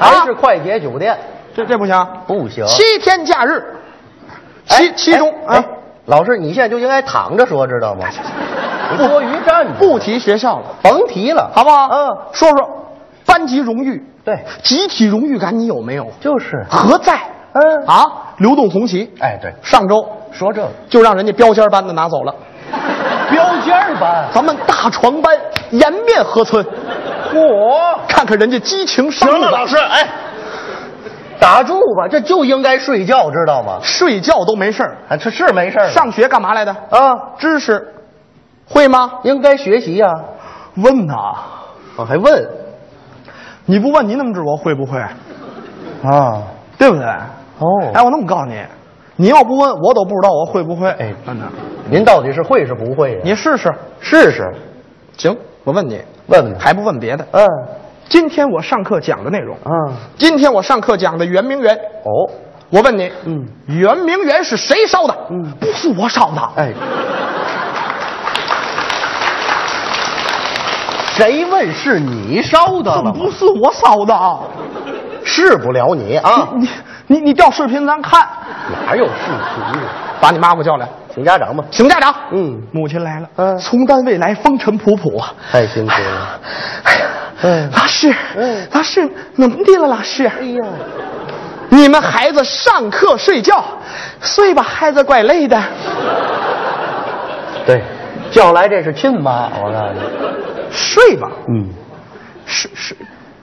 Speaker 3: 还
Speaker 5: 啊
Speaker 3: 是快捷酒店？
Speaker 2: 这这不行，
Speaker 3: 不行。
Speaker 2: 七天假日，七七中啊
Speaker 3: 哎，老师，你现在就应该躺着说，知道 吗？
Speaker 2: 不多余站着，不提学校了，
Speaker 3: 甭提了，
Speaker 2: 好不好？嗯，说说班级荣誉，对，集体荣誉感你有没有？
Speaker 3: 就是
Speaker 2: 何在？嗯啊，流动红旗，
Speaker 3: 啊哎，对，
Speaker 2: 上周
Speaker 3: 说这个
Speaker 2: 就让人家标间班的拿走了，
Speaker 3: 标间班，
Speaker 2: 咱们大床班颜面何存？
Speaker 3: 嚯！
Speaker 2: 看看人家激情上路
Speaker 3: 行了，老师，哎，打住吧，这就应该睡觉，知道吗？
Speaker 2: 睡觉都没事儿，
Speaker 3: 啊，这是没事儿了，
Speaker 2: 上学干嘛来的？
Speaker 3: 啊，
Speaker 2: 知识会吗？
Speaker 3: 应该学习呀、
Speaker 2: 问呐，
Speaker 3: 我还问
Speaker 2: 你不问你怎么知我会不会？
Speaker 3: 啊，
Speaker 2: 对不对？哦，哎，我那么告诉你，你要不问我都不知道我会不会。哎，真的，
Speaker 3: 您到底是会是不会呀、
Speaker 2: 你试试。
Speaker 3: 试试，
Speaker 2: 行，我问你，
Speaker 3: 问问，
Speaker 2: 还不问别的？
Speaker 3: 嗯，
Speaker 2: 今天我上课讲的内容，
Speaker 3: 嗯，
Speaker 2: 今天我上课讲的圆明园，
Speaker 3: 哦，
Speaker 2: 我问你，嗯，圆明园是谁烧的？嗯，不是我烧的。
Speaker 3: 哎，谁问是你烧的了
Speaker 2: 怎么
Speaker 3: 吗？
Speaker 2: 不是我烧的啊？
Speaker 3: 是不了你啊，
Speaker 2: 你你你调视频咱看，
Speaker 3: 哪有视频啊？
Speaker 2: 把你妈给我叫来，
Speaker 3: 请家长吧。
Speaker 2: 请家长。
Speaker 3: 嗯，
Speaker 2: 母亲来了，嗯，从单位来，风尘仆仆啊。
Speaker 3: 太辛苦 了。
Speaker 2: 哎呀，老师，老师怎么的了？老师，
Speaker 3: 哎呀，
Speaker 2: 你们孩子上课睡觉，睡吧，孩子怪累的。
Speaker 3: 对，叫来这是亲妈，我告诉你，
Speaker 2: 睡吧，嗯，睡睡，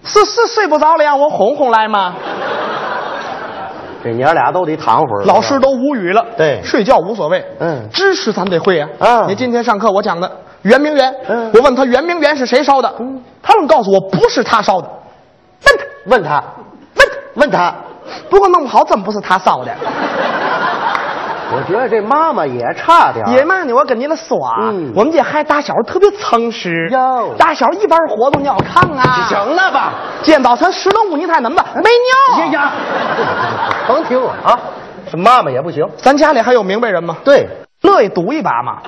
Speaker 2: 是嗯是睡不着了，让我哄哄来吗？
Speaker 11: 这娘俩都得躺会儿。
Speaker 2: 老师都无语了，对，睡觉无所谓，嗯，知识咱得会呀，啊，你今天上课我讲的圆明园，嗯，我问他圆明园是谁烧的，
Speaker 11: 嗯
Speaker 2: 他愣告诉我不是他烧的，问他，问他，问他，不过弄不好真不是他烧的。
Speaker 11: 我觉得这妈妈也差点儿。嗯
Speaker 2: 爷们儿呢，我跟你们说啊，我们这孩子打小特别诚实，打小一般活动尿炕啊。
Speaker 11: 行了吧，哎
Speaker 2: 见早晨十冷五你太能吧，没尿。呀，
Speaker 11: 甭听我啊，这妈妈也不行。
Speaker 2: 咱家里还有明白人吗？对，乐意赌一把嘛。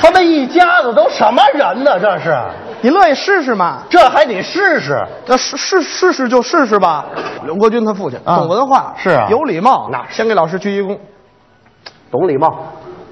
Speaker 12: 他们一家子都什么人呢？这是
Speaker 2: 你乐意试试嘛？
Speaker 12: 这还得试试，
Speaker 2: 那试试试试就试试吧。刘国军他父亲懂文化，
Speaker 11: 是啊
Speaker 2: 有礼貌，那先给老师鞠一躬，
Speaker 11: 懂礼貌。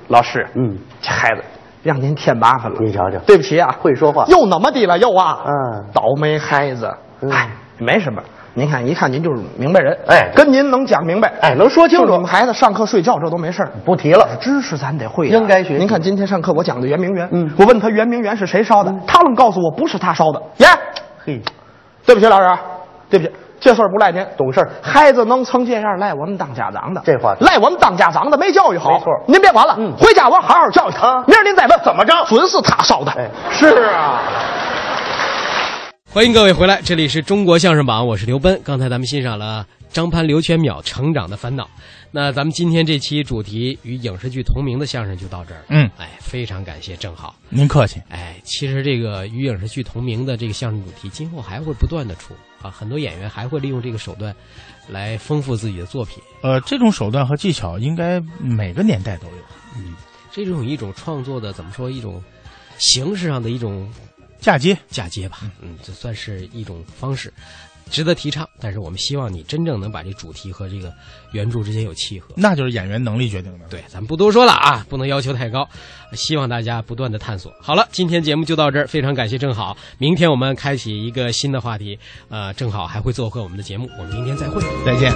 Speaker 2: 老师，嗯，这孩子让您添麻烦了。您瞧瞧，对不起啊，会说话又怎么的了？又啊，嗯，倒霉孩子，哎，没什么。您看，一看您就是明白人，哎，跟您能讲明白，哎，能说清楚。你们孩子上课睡觉这都没事不提了。知识咱得会，应该学。您看今天上课我讲的圆明园，嗯，我问他圆明园是谁烧的，他愣告诉我不是他烧的。耶，嘿，对不起老师，对不起，这事儿不赖您，懂事。孩子能成这样，赖我们当家长的，这话赖我们当家长的没教育好，没错。您别管了，回家我好好教育他，明儿您再问怎么着，哎准是他烧的。是啊。
Speaker 3: 欢迎各位回来，这里是中国相声榜，我是刘奔。刚才咱们欣赏了张潘刘全淼《成长的烦恼》，那咱们今天这期主题与影视剧同名的相声就到这儿了。
Speaker 4: 嗯
Speaker 3: 哎，非常感谢郑浩。
Speaker 4: 您客气。
Speaker 3: 哎，其实这个与影视剧同名的这个相声主题，今后还会不断的出啊，很多演员还会利用这个手段来丰富自己的作品。
Speaker 4: 呃，这种手段和技巧应该每个年代都有。
Speaker 3: 嗯，这种一种创作的怎么说一种形式上的一种
Speaker 4: 嫁接
Speaker 3: 嫁接吧，嗯，这算是一种方式，值得提倡。但是我们希望你真正能把这主题和这个原著之间有契合。
Speaker 4: 那就是演员能力决定的。
Speaker 3: 对，咱不多说了啊，不能要求太高，希望大家不断的探索。好了，今天节目就到这儿，非常感谢郑好。明天我们开启一个新的话题，呃，郑好还会做客我们的节目，我们明天再会，
Speaker 4: 再见。